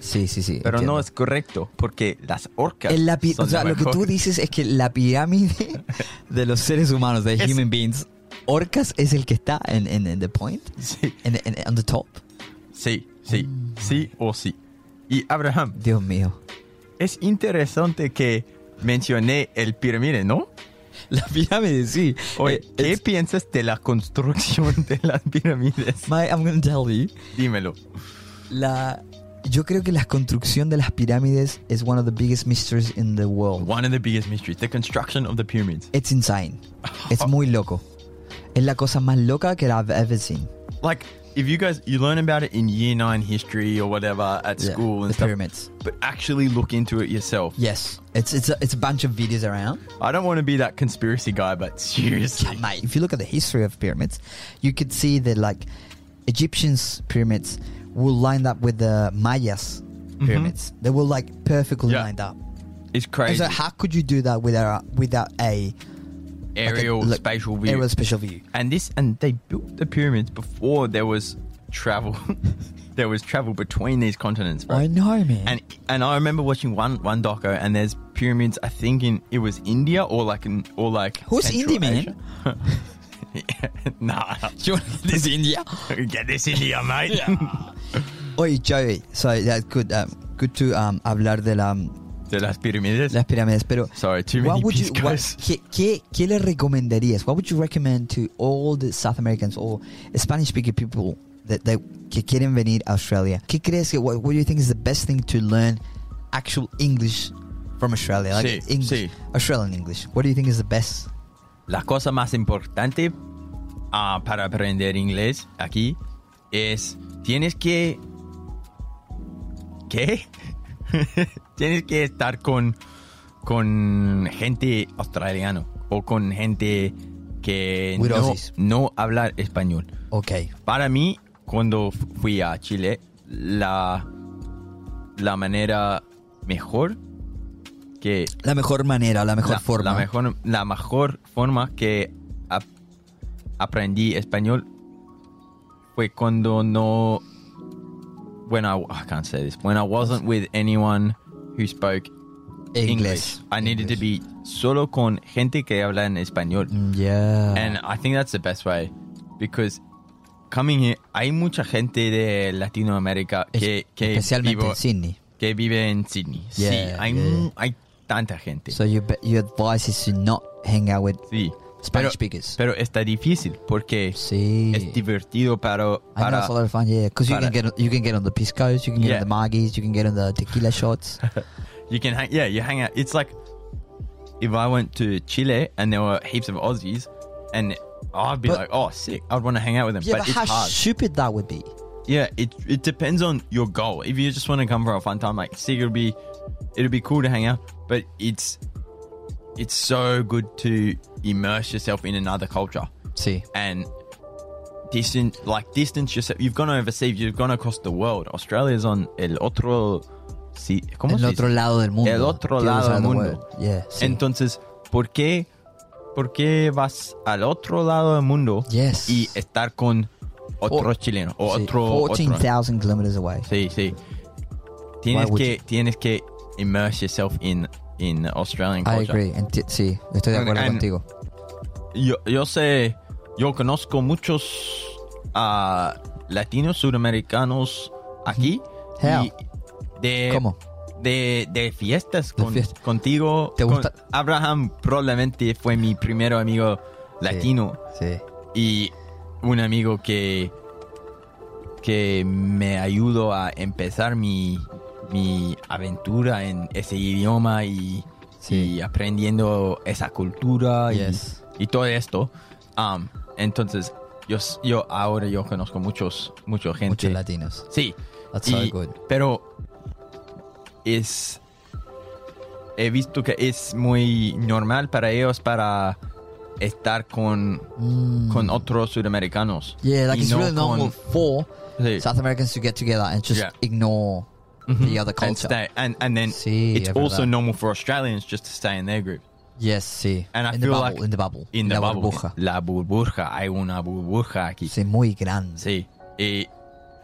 [SPEAKER 1] Sí, sí, sí.
[SPEAKER 2] pero
[SPEAKER 1] entiendo.
[SPEAKER 2] no es correcto. Porque las orcas.
[SPEAKER 1] El lapi-
[SPEAKER 2] son
[SPEAKER 1] o sea, lo que
[SPEAKER 2] mejor.
[SPEAKER 1] tú dices es que la pirámide de los seres humanos, de
[SPEAKER 2] Es-
[SPEAKER 1] human beings, Orcas es el que está en, en, en the point,
[SPEAKER 2] [laughs] Sí,
[SPEAKER 1] en, en- on the top.
[SPEAKER 2] sí, sí. Sí o sí. Y Abraham,
[SPEAKER 1] Dios mío.
[SPEAKER 2] Es interesante que mencioné el pirámide, ¿no?
[SPEAKER 1] La pirámide, sí.
[SPEAKER 2] Oye,
[SPEAKER 1] Eh,
[SPEAKER 2] ¿qué
[SPEAKER 1] it's-
[SPEAKER 2] piensas de la construcción [laughs] de las pirámides?
[SPEAKER 1] my- I'm gonna tell you.
[SPEAKER 2] Dímelo.
[SPEAKER 1] La, yo creo que la construcción de las pirámides es one of the biggest mysteries in the world.
[SPEAKER 2] One of the biggest mysteries, the construction of the pyramids.
[SPEAKER 1] It's insane.
[SPEAKER 2] [laughs]
[SPEAKER 1] Es muy loco. Es la cosa más loca que I've ever seen.
[SPEAKER 2] Like, if you guys, you learn about it in year nine history or whatever at
[SPEAKER 1] Yeah,
[SPEAKER 2] school and
[SPEAKER 1] the
[SPEAKER 2] stuff,
[SPEAKER 1] pyramids.
[SPEAKER 2] but actually look into it yourself.
[SPEAKER 1] Yes, it's it's a, it's a bunch of videos around.
[SPEAKER 2] I don't want to be that conspiracy guy, but seriously.
[SPEAKER 1] mate, if you look at the history of pyramids, you could see that like Egyptians pyramids will lined up with the Mayas pyramids. They were like perfectly
[SPEAKER 2] Mm-hmm. Yeah.
[SPEAKER 1] lined up.
[SPEAKER 2] It's
[SPEAKER 1] And
[SPEAKER 2] crazy.
[SPEAKER 1] so how could you do that without without a like a-
[SPEAKER 2] aerial,
[SPEAKER 1] like,
[SPEAKER 2] spatial view.
[SPEAKER 1] Aerial spatial view.
[SPEAKER 2] and this and they built the pyramids before there was travel [laughs] there was travel between these continents bro.
[SPEAKER 1] I know, man.
[SPEAKER 2] and and i remember watching one one doco and there's pyramids i think in it was india or like in or like
[SPEAKER 1] Who's
[SPEAKER 2] Central
[SPEAKER 1] India,
[SPEAKER 2] [laughs] Asia.
[SPEAKER 1] [laughs]
[SPEAKER 2] nah
[SPEAKER 1] [laughs] you want this [laughs] India?
[SPEAKER 2] [laughs] get this india mate
[SPEAKER 1] Oye, Joey. So that's good. Um, good to um, hablar de la, um,
[SPEAKER 2] de las pyramids
[SPEAKER 1] las pirámides, pero.
[SPEAKER 2] sorry too
[SPEAKER 1] What
[SPEAKER 2] many
[SPEAKER 1] would you,
[SPEAKER 2] peace
[SPEAKER 1] what,
[SPEAKER 2] guys
[SPEAKER 1] ¿qué, qué, ¿Qué le recomendarías? What would you recommend to all the South Americans or Spanish speaking people that, that, que quieren venir a Australia? ¿Qué crees que, what, what do you think is the best thing to learn actual English from Australia? Like
[SPEAKER 2] Sí,
[SPEAKER 1] English,
[SPEAKER 2] sí.
[SPEAKER 1] Australian English. What do you think is the best?
[SPEAKER 2] La cosa más importante ah, para aprender inglés aquí es tienes que ¿qué? [laughs] tienes que estar con con gente australiana o con gente que
[SPEAKER 1] With
[SPEAKER 2] no,
[SPEAKER 1] Aussies.
[SPEAKER 2] no hablar español.
[SPEAKER 1] Okay.
[SPEAKER 2] Para mí, cuando fui a Chile, la, la manera mejor que
[SPEAKER 1] La mejor manera, la mejor
[SPEAKER 2] la,
[SPEAKER 1] forma.
[SPEAKER 2] La mejor, la mejor forma que ap- aprendí español fue cuando no. When I, I can't say this. When I wasn't with anyone who spoke English,
[SPEAKER 1] English.
[SPEAKER 2] I needed to be solo con gente que habla en español.
[SPEAKER 1] Mm, Yeah.
[SPEAKER 2] And I think that's the best way because coming here, hay mucha gente de Latinoamérica
[SPEAKER 1] Es-
[SPEAKER 2] que, que,
[SPEAKER 1] especialmente
[SPEAKER 2] vivo-
[SPEAKER 1] en Sydney.
[SPEAKER 2] que vive en Sydney. sí,
[SPEAKER 1] Yeah,
[SPEAKER 2] hay,
[SPEAKER 1] yeah.
[SPEAKER 2] mu- hay tanta gente.
[SPEAKER 1] So your, be- your advice is to not hang out with
[SPEAKER 2] sí.
[SPEAKER 1] Spanish
[SPEAKER 2] Pero-
[SPEAKER 1] speakers.
[SPEAKER 2] Pero está difícil porque
[SPEAKER 1] sí.
[SPEAKER 2] es divertido para...
[SPEAKER 1] I know
[SPEAKER 2] para
[SPEAKER 1] it's a lot of fun, yeah. Because you
[SPEAKER 2] para-
[SPEAKER 1] can get on- you can get on the piscos, you can get
[SPEAKER 2] Yeah.
[SPEAKER 1] on the margis, you can get on the tequila
[SPEAKER 2] [laughs]
[SPEAKER 1] shots.
[SPEAKER 2] you can hang, yeah, you hang out. It's like if I went to Chile and there were heaps of Aussies and I'd be
[SPEAKER 1] But-
[SPEAKER 2] like, oh, sick. I'd want to hang out with them.
[SPEAKER 1] Yeah,
[SPEAKER 2] but,
[SPEAKER 1] but,
[SPEAKER 2] it's
[SPEAKER 1] how
[SPEAKER 2] hard.
[SPEAKER 1] stupid that would be.
[SPEAKER 2] yeah, it it depends on your goal. If you just want to come for a fun time, like sick, it'll be it'll be cool to hang out. But it's it's so good to immerse yourself in another culture
[SPEAKER 1] Sí.
[SPEAKER 2] and distance like distance yourself. You've gone overseas. You've gone across the world. Australia's on el otro. si- ¿cómo
[SPEAKER 1] El
[SPEAKER 2] se
[SPEAKER 1] otro
[SPEAKER 2] dice?
[SPEAKER 1] lado del mundo.
[SPEAKER 2] El otro
[SPEAKER 1] The other
[SPEAKER 2] lado
[SPEAKER 1] side
[SPEAKER 2] del
[SPEAKER 1] of the
[SPEAKER 2] mundo.
[SPEAKER 1] world. Yeah. sí.
[SPEAKER 2] Entonces, ¿por qué, ¿por qué vas al otro lado del mundo
[SPEAKER 1] Yes.
[SPEAKER 2] y estar con otro
[SPEAKER 1] Four-
[SPEAKER 2] chileno o
[SPEAKER 1] Sí, Oh,
[SPEAKER 2] otro, otro?
[SPEAKER 1] 14,000 kilometers away.
[SPEAKER 2] Sí, sí. Tienes
[SPEAKER 1] would
[SPEAKER 2] que, tienes que immerse yourself in, in Australian
[SPEAKER 1] I
[SPEAKER 2] culture.
[SPEAKER 1] agree. Enti- sí, estoy de
[SPEAKER 2] And-
[SPEAKER 1] acuerdo
[SPEAKER 2] and-
[SPEAKER 1] contigo.
[SPEAKER 2] Yo, yo sé, yo conozco muchos ah, latinos sudamericanos aquí.
[SPEAKER 1] Hell.
[SPEAKER 2] y de,
[SPEAKER 1] ¿Cómo?
[SPEAKER 2] de, de fiestas
[SPEAKER 1] De
[SPEAKER 2] con-
[SPEAKER 1] fiesta.
[SPEAKER 2] contigo.
[SPEAKER 1] ¿Te
[SPEAKER 2] con-
[SPEAKER 1] gusta?
[SPEAKER 2] Abraham probablemente fue mi primer amigo latino
[SPEAKER 1] Sí.
[SPEAKER 2] y un amigo que, que me ayudó a empezar mi, mi aventura en ese idioma y,
[SPEAKER 1] Sí.
[SPEAKER 2] y aprendiendo esa cultura y-
[SPEAKER 1] Yes.
[SPEAKER 2] y, todo esto. Am, entonces, yo, s- yo ahora yo conozco muchos, mucha gente.
[SPEAKER 1] Muchos latinos.
[SPEAKER 2] Sí.
[SPEAKER 1] That's
[SPEAKER 2] Y-
[SPEAKER 1] so good.
[SPEAKER 2] Pero es. He visto que es muy normal para ellos para estar con,
[SPEAKER 1] Mm.
[SPEAKER 2] con otros sudamericanos.
[SPEAKER 1] Yeah, like
[SPEAKER 2] Y
[SPEAKER 1] it's
[SPEAKER 2] no
[SPEAKER 1] really normal
[SPEAKER 2] con-
[SPEAKER 1] for
[SPEAKER 2] Sí.
[SPEAKER 1] South Americans to get together and just
[SPEAKER 2] Yeah. Mm-hmm.
[SPEAKER 1] ignore the other
[SPEAKER 2] And,
[SPEAKER 1] culture.
[SPEAKER 2] stay- and, and then
[SPEAKER 1] Sí,
[SPEAKER 2] it's
[SPEAKER 1] es
[SPEAKER 2] also
[SPEAKER 1] verdad.
[SPEAKER 2] normal for Australians just to stay in their group.
[SPEAKER 1] Yes, sí.
[SPEAKER 2] And I
[SPEAKER 1] in the
[SPEAKER 2] feel
[SPEAKER 1] bubble,
[SPEAKER 2] like-
[SPEAKER 1] in the bubble.
[SPEAKER 2] In the
[SPEAKER 1] la
[SPEAKER 2] bubble.
[SPEAKER 1] burbuja.
[SPEAKER 2] La burbuja. Hay una burbuja aquí.
[SPEAKER 1] Sí, muy grande.
[SPEAKER 2] See, it,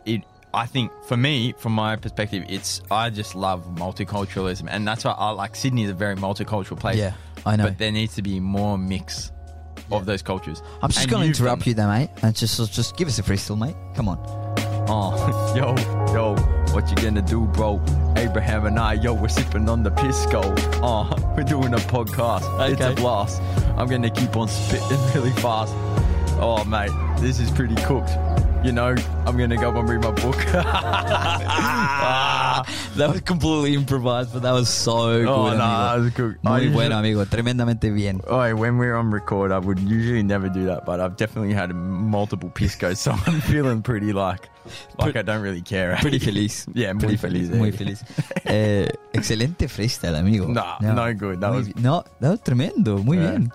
[SPEAKER 2] it. I think for me, from my perspective, it's I just love multiculturalism, and that's why I like Sydney is a very multicultural place.
[SPEAKER 1] Yeah, I know.
[SPEAKER 2] But there needs to be more mix of those cultures.
[SPEAKER 1] I'm just
[SPEAKER 2] And
[SPEAKER 1] going to
[SPEAKER 2] you've
[SPEAKER 1] interrupt
[SPEAKER 2] done-
[SPEAKER 1] you there, mate. And just just give us a freestyle, mate. Come on.
[SPEAKER 2] [laughs] Oh, yo, yo, what you gonna do, bro? Abraham and I, yo, we're sipping on the pisco. Oh, [laughs] we're doing a podcast. It's a
[SPEAKER 1] Okay.
[SPEAKER 2] blast. I'm gonna keep on spitting [laughs] really fast. Oh, mate, this is pretty cooked. You know, I'm gonna go and read my book. [laughs]
[SPEAKER 1] [laughs] That was completely improvised, but that was so good.
[SPEAKER 2] Ah.
[SPEAKER 1] amigo.
[SPEAKER 2] Oh, no, that was good. I
[SPEAKER 1] Muy
[SPEAKER 2] usually-
[SPEAKER 1] bueno, amigo. Tremendamente bien.
[SPEAKER 2] Oh, when we're on record, I would usually never do that, but I've definitely had multiple piscos, [laughs] so I'm feeling pretty like, like I don't really care. eh? [laughs]
[SPEAKER 1] Pretty feliz.
[SPEAKER 2] Yeah, muy
[SPEAKER 1] Pretty
[SPEAKER 2] feliz. eh?
[SPEAKER 1] Muy feliz. Eh, excelente freestyle, amigo.
[SPEAKER 2] Nah, no good. That
[SPEAKER 1] muy
[SPEAKER 2] was-
[SPEAKER 1] bi- No, that was tremendo. Muy
[SPEAKER 2] Yeah.
[SPEAKER 1] bien.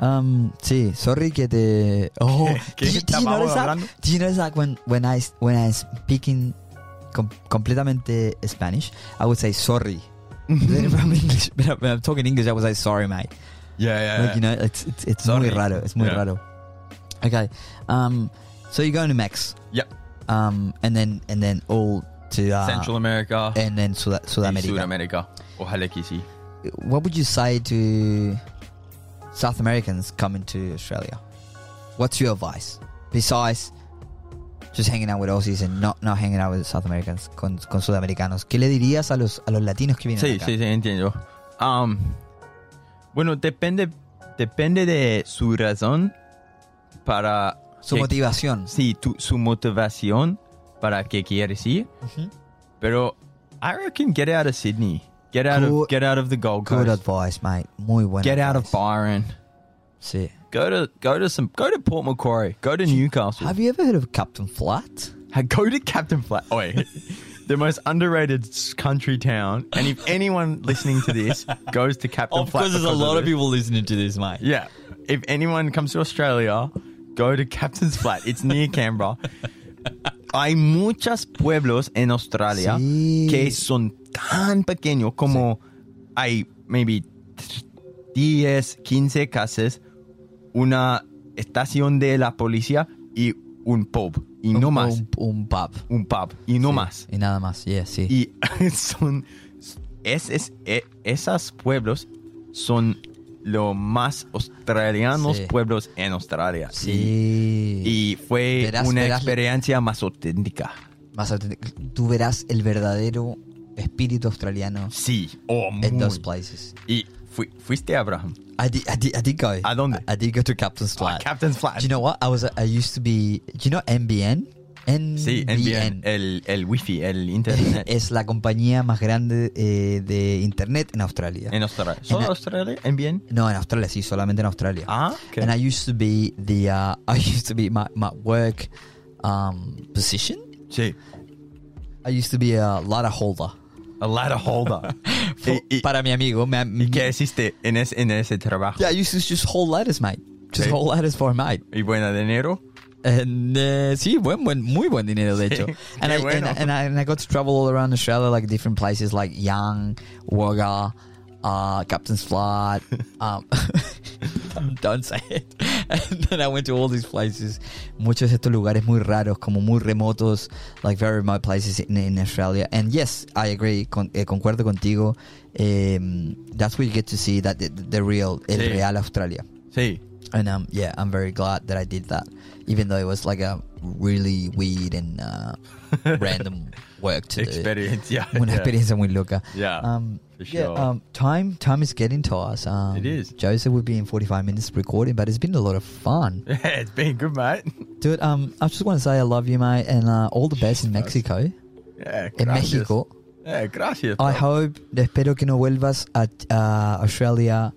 [SPEAKER 1] Um, sí, sorry que te. Oh,
[SPEAKER 2] [laughs]
[SPEAKER 1] did, you,
[SPEAKER 2] ¿Qué
[SPEAKER 1] did you
[SPEAKER 2] estábamos
[SPEAKER 1] notice that?
[SPEAKER 2] hablando?
[SPEAKER 1] Did you notice that when, when, I, when I speaking com- completamente Spanish, I would say
[SPEAKER 2] [laughs]
[SPEAKER 1] sorry. Then if I'm English, [laughs] but I'm- when I'm talking English, I would say sorry, mate.
[SPEAKER 2] Yeah, yeah.
[SPEAKER 1] Like, you know, it's, it's, it's muy
[SPEAKER 2] Sorry.
[SPEAKER 1] raro. It's muy
[SPEAKER 2] Yeah.
[SPEAKER 1] raro. Okay. Um, so you're going to Mex.
[SPEAKER 2] Yep.
[SPEAKER 1] Um, and then, and then all to. Uh,
[SPEAKER 2] Central America,
[SPEAKER 1] and then Sud-
[SPEAKER 2] America.
[SPEAKER 1] Sudamerica.
[SPEAKER 2] America. Ojalá que sí.
[SPEAKER 1] What would you say to South Americans coming to Australia? What's your advice besides just hanging out with Aussies and not, not hanging out with South Americans con, con sudamericanos? ¿Qué le dirías a los a los latinos que vienen
[SPEAKER 2] Sí,
[SPEAKER 1] acá?
[SPEAKER 2] sí, sí, entiendo. Um, bueno, depende, depende de su razón para...
[SPEAKER 1] Su
[SPEAKER 2] que-
[SPEAKER 1] motivación.
[SPEAKER 2] Sí, tu, su motivación para que quieres ir.
[SPEAKER 1] Mhm.
[SPEAKER 2] Pero I reckon get out of Sydney. Get out
[SPEAKER 1] Good-
[SPEAKER 2] of get out of the Gold
[SPEAKER 1] Good
[SPEAKER 2] Coast.
[SPEAKER 1] advice, mate. Muy bueno.
[SPEAKER 2] Get out of Byron.
[SPEAKER 1] Sí.
[SPEAKER 2] Go to go to some go to Port Macquarie. Go to Newcastle.
[SPEAKER 1] Have you ever heard of Captain Flat?
[SPEAKER 2] Ha- go to Captain Flat. Oh, wait. [laughs] the most underrated s- country town. And if anyone listening
[SPEAKER 1] [laughs]
[SPEAKER 2] to this goes to Captain
[SPEAKER 1] Oh,
[SPEAKER 2] Flat, this-
[SPEAKER 1] people listening to this, mate.
[SPEAKER 2] Yeah. If anyone comes to Australia, go to Captain's Flat.
[SPEAKER 1] [laughs]
[SPEAKER 2] It's near Canberra. Hay muchos pueblos en Australia
[SPEAKER 1] Sí.
[SPEAKER 2] que son tan pequeños como hay maybe 10, 15 casas, una estación de la policía y un pub. Y no más.
[SPEAKER 1] Un, un pub.
[SPEAKER 2] Un pub. Y no
[SPEAKER 1] Sí.
[SPEAKER 2] más.
[SPEAKER 1] Y nada más. Yeah, sí.
[SPEAKER 2] Y [laughs] son. Es, es- e- esas pueblos son los más australianos
[SPEAKER 1] Sí.
[SPEAKER 2] pueblos en Australia.
[SPEAKER 1] sí.
[SPEAKER 2] Y, y fue
[SPEAKER 1] Verás-
[SPEAKER 2] una
[SPEAKER 1] verás-
[SPEAKER 2] experiencia más auténtica.
[SPEAKER 1] más auténtico. Tú verás el verdadero espíritu australiano
[SPEAKER 2] Sí, oh, muy.
[SPEAKER 1] en those places.
[SPEAKER 2] Y fui- fuiste a Abraham.
[SPEAKER 1] I did, I did, I did go.
[SPEAKER 2] ¿A dónde?
[SPEAKER 1] Ah, I, I did go to Captain's Flat.
[SPEAKER 2] Captain's Flat.
[SPEAKER 1] Do you know what? I was I used to be. Do you know MBN?
[SPEAKER 2] Sí,
[SPEAKER 1] NBN.
[SPEAKER 2] NBN, el, el wifi,
[SPEAKER 1] [laughs]
[SPEAKER 2] el internet.
[SPEAKER 1] Es la compañía más grande eh, de internet en Australia.
[SPEAKER 2] en Australia. ¿Solo
[SPEAKER 1] En-
[SPEAKER 2] Australia? ¿NBN?
[SPEAKER 1] No, en Australia sí, solamente en Australia.
[SPEAKER 2] Ah, okay.
[SPEAKER 1] And I used to be the uh, [laughs] I used to be my my work um, position.
[SPEAKER 2] sí.
[SPEAKER 1] I used to be a ladder holder.
[SPEAKER 2] A ladder
[SPEAKER 1] [laughs]
[SPEAKER 2] holder.
[SPEAKER 1] For-
[SPEAKER 2] y, y-
[SPEAKER 1] para mi amigo, me,
[SPEAKER 2] ¿y qué hiciste en ese, en ese trabajo?
[SPEAKER 1] Yeah, I used to just hold ladders, mate. Just
[SPEAKER 2] Sí.
[SPEAKER 1] hold ladders for mate.
[SPEAKER 2] ¿Y buena dinero?
[SPEAKER 1] And uh, sí, buen, buen, muy buen dinero de
[SPEAKER 2] [laughs] Sí,
[SPEAKER 1] hecho.
[SPEAKER 2] qué
[SPEAKER 1] And I, and,
[SPEAKER 2] bueno.
[SPEAKER 1] I- and I and I got to travel all around Australia, like different places, like Young, Wagga, uh, Captain's
[SPEAKER 2] [laughs]
[SPEAKER 1] Flat. Um, [laughs] don't say it. [laughs] And then I went to all these places. Muchos de estos lugares muy raros, como muy remotos, like very remote places in, in Australia. And yes, I agree. Con, eh, concuerdo contigo. Um, that's where you get to see that the, the real, el
[SPEAKER 2] Sí.
[SPEAKER 1] real Australia.
[SPEAKER 2] Sí.
[SPEAKER 1] And um, yeah, I'm very glad that I did that, even though it was like a really weird and
[SPEAKER 2] [laughs]
[SPEAKER 1] uh, random work to
[SPEAKER 2] Experiencia.
[SPEAKER 1] do. Este, [laughs]
[SPEAKER 2] [laughs]
[SPEAKER 1] Una
[SPEAKER 2] yeah.
[SPEAKER 1] experiencia muy loca.
[SPEAKER 2] Yeah,
[SPEAKER 1] Um,
[SPEAKER 2] for
[SPEAKER 1] yeah,
[SPEAKER 2] sure.
[SPEAKER 1] um, time time is getting to us. Um,
[SPEAKER 2] It is.
[SPEAKER 1] Joseph would be in 45 minutes recording, but it's been a lot of fun,
[SPEAKER 2] Yeah, it's been good, mate.
[SPEAKER 1] dude. Um, I just want to say I love you, mate, and uh, all the best in
[SPEAKER 2] Jeez, guys.
[SPEAKER 1] Mexico.
[SPEAKER 2] Yeah,
[SPEAKER 1] In
[SPEAKER 2] Eh, gracias.
[SPEAKER 1] Mexico,
[SPEAKER 2] Yeah, gracias.
[SPEAKER 1] I
[SPEAKER 2] bro.
[SPEAKER 1] hope. Espero que no vuelvas a a Australia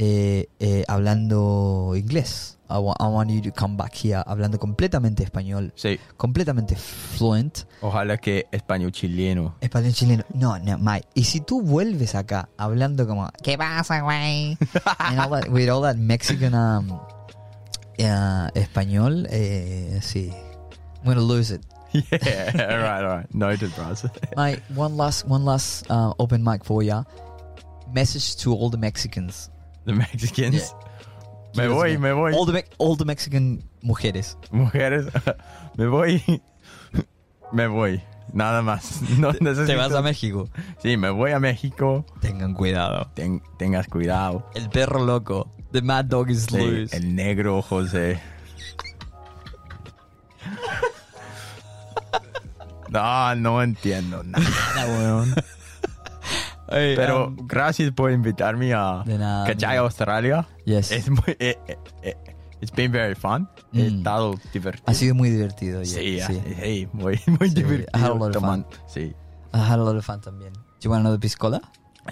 [SPEAKER 1] eh, eh, hablando inglés. I, wa- I want you to come back here hablando completamente español,
[SPEAKER 2] Sí.
[SPEAKER 1] completamente fluent.
[SPEAKER 2] Ojalá que español chileno. [laughs]
[SPEAKER 1] Español chileno. No, no, mate. Y si tú vuelves acá hablando como ¿Qué pasa, güey? And all that- with all that Mexican um, uh, español, eh, sí. I'm gonna lose it.
[SPEAKER 2] Yeah, all right, all right. Noted, bros.
[SPEAKER 1] Mate, one last, one last uh, open mic for ya. Message to all the Mexicans.
[SPEAKER 2] [laughs] The Mexicans. Me
[SPEAKER 1] Dios
[SPEAKER 2] voy,
[SPEAKER 1] mío.
[SPEAKER 2] me voy.
[SPEAKER 1] All the, Me- all the Mexican mujeres.
[SPEAKER 2] Mujeres, [laughs] me voy. [laughs] Me voy. Nada más. [laughs] No
[SPEAKER 1] Te
[SPEAKER 2] necesito.
[SPEAKER 1] vas a México.
[SPEAKER 2] Sí, me voy a México.
[SPEAKER 1] Tengan cuidado.
[SPEAKER 2] Ten- tengas cuidado.
[SPEAKER 1] El perro loco. The mad dog is
[SPEAKER 2] Sí,
[SPEAKER 1] loose.
[SPEAKER 2] el negro José. No, no entiendo nada,
[SPEAKER 1] [laughs]
[SPEAKER 2] weón.
[SPEAKER 1] Hey,
[SPEAKER 2] Pero
[SPEAKER 1] um,
[SPEAKER 2] gracias por invitarme a
[SPEAKER 1] De nada,
[SPEAKER 2] ¿Cachai
[SPEAKER 1] amigo.
[SPEAKER 2] Australia.
[SPEAKER 1] Yes.
[SPEAKER 2] Es muy, eh, eh, eh, it's been very fun. He
[SPEAKER 1] Mm.
[SPEAKER 2] estado divertido.
[SPEAKER 1] ha sido muy divertido. yeah,
[SPEAKER 2] Sí,
[SPEAKER 1] sí.
[SPEAKER 2] ah, sí, muy, [laughs] muy
[SPEAKER 1] Sí,
[SPEAKER 2] divertido.
[SPEAKER 1] I had a lot of fun.
[SPEAKER 2] tomando- Sí,
[SPEAKER 1] I had a lot of fun también. Do you want another piscola?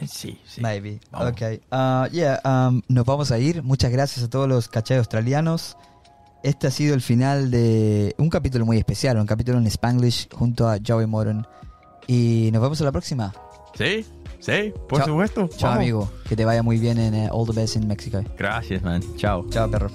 [SPEAKER 2] sí, sí.
[SPEAKER 1] Maybe.
[SPEAKER 2] Vamos.
[SPEAKER 1] Okay. Uh, yeah, um, nos vamos a ir. Muchas gracias a todos los cachai australianos. Este ha sido el final de un capítulo muy especial, un capítulo en Spanglish junto a Joey Moron. Y nos vemos a la próxima.
[SPEAKER 2] Sí, sí, por
[SPEAKER 1] Chao.
[SPEAKER 2] supuesto.
[SPEAKER 1] Chao,
[SPEAKER 2] Vamos.
[SPEAKER 1] amigo. Que te vaya muy bien en eh, All the Best in Mexico.
[SPEAKER 2] Gracias, man. Chao.
[SPEAKER 1] Chao, perro.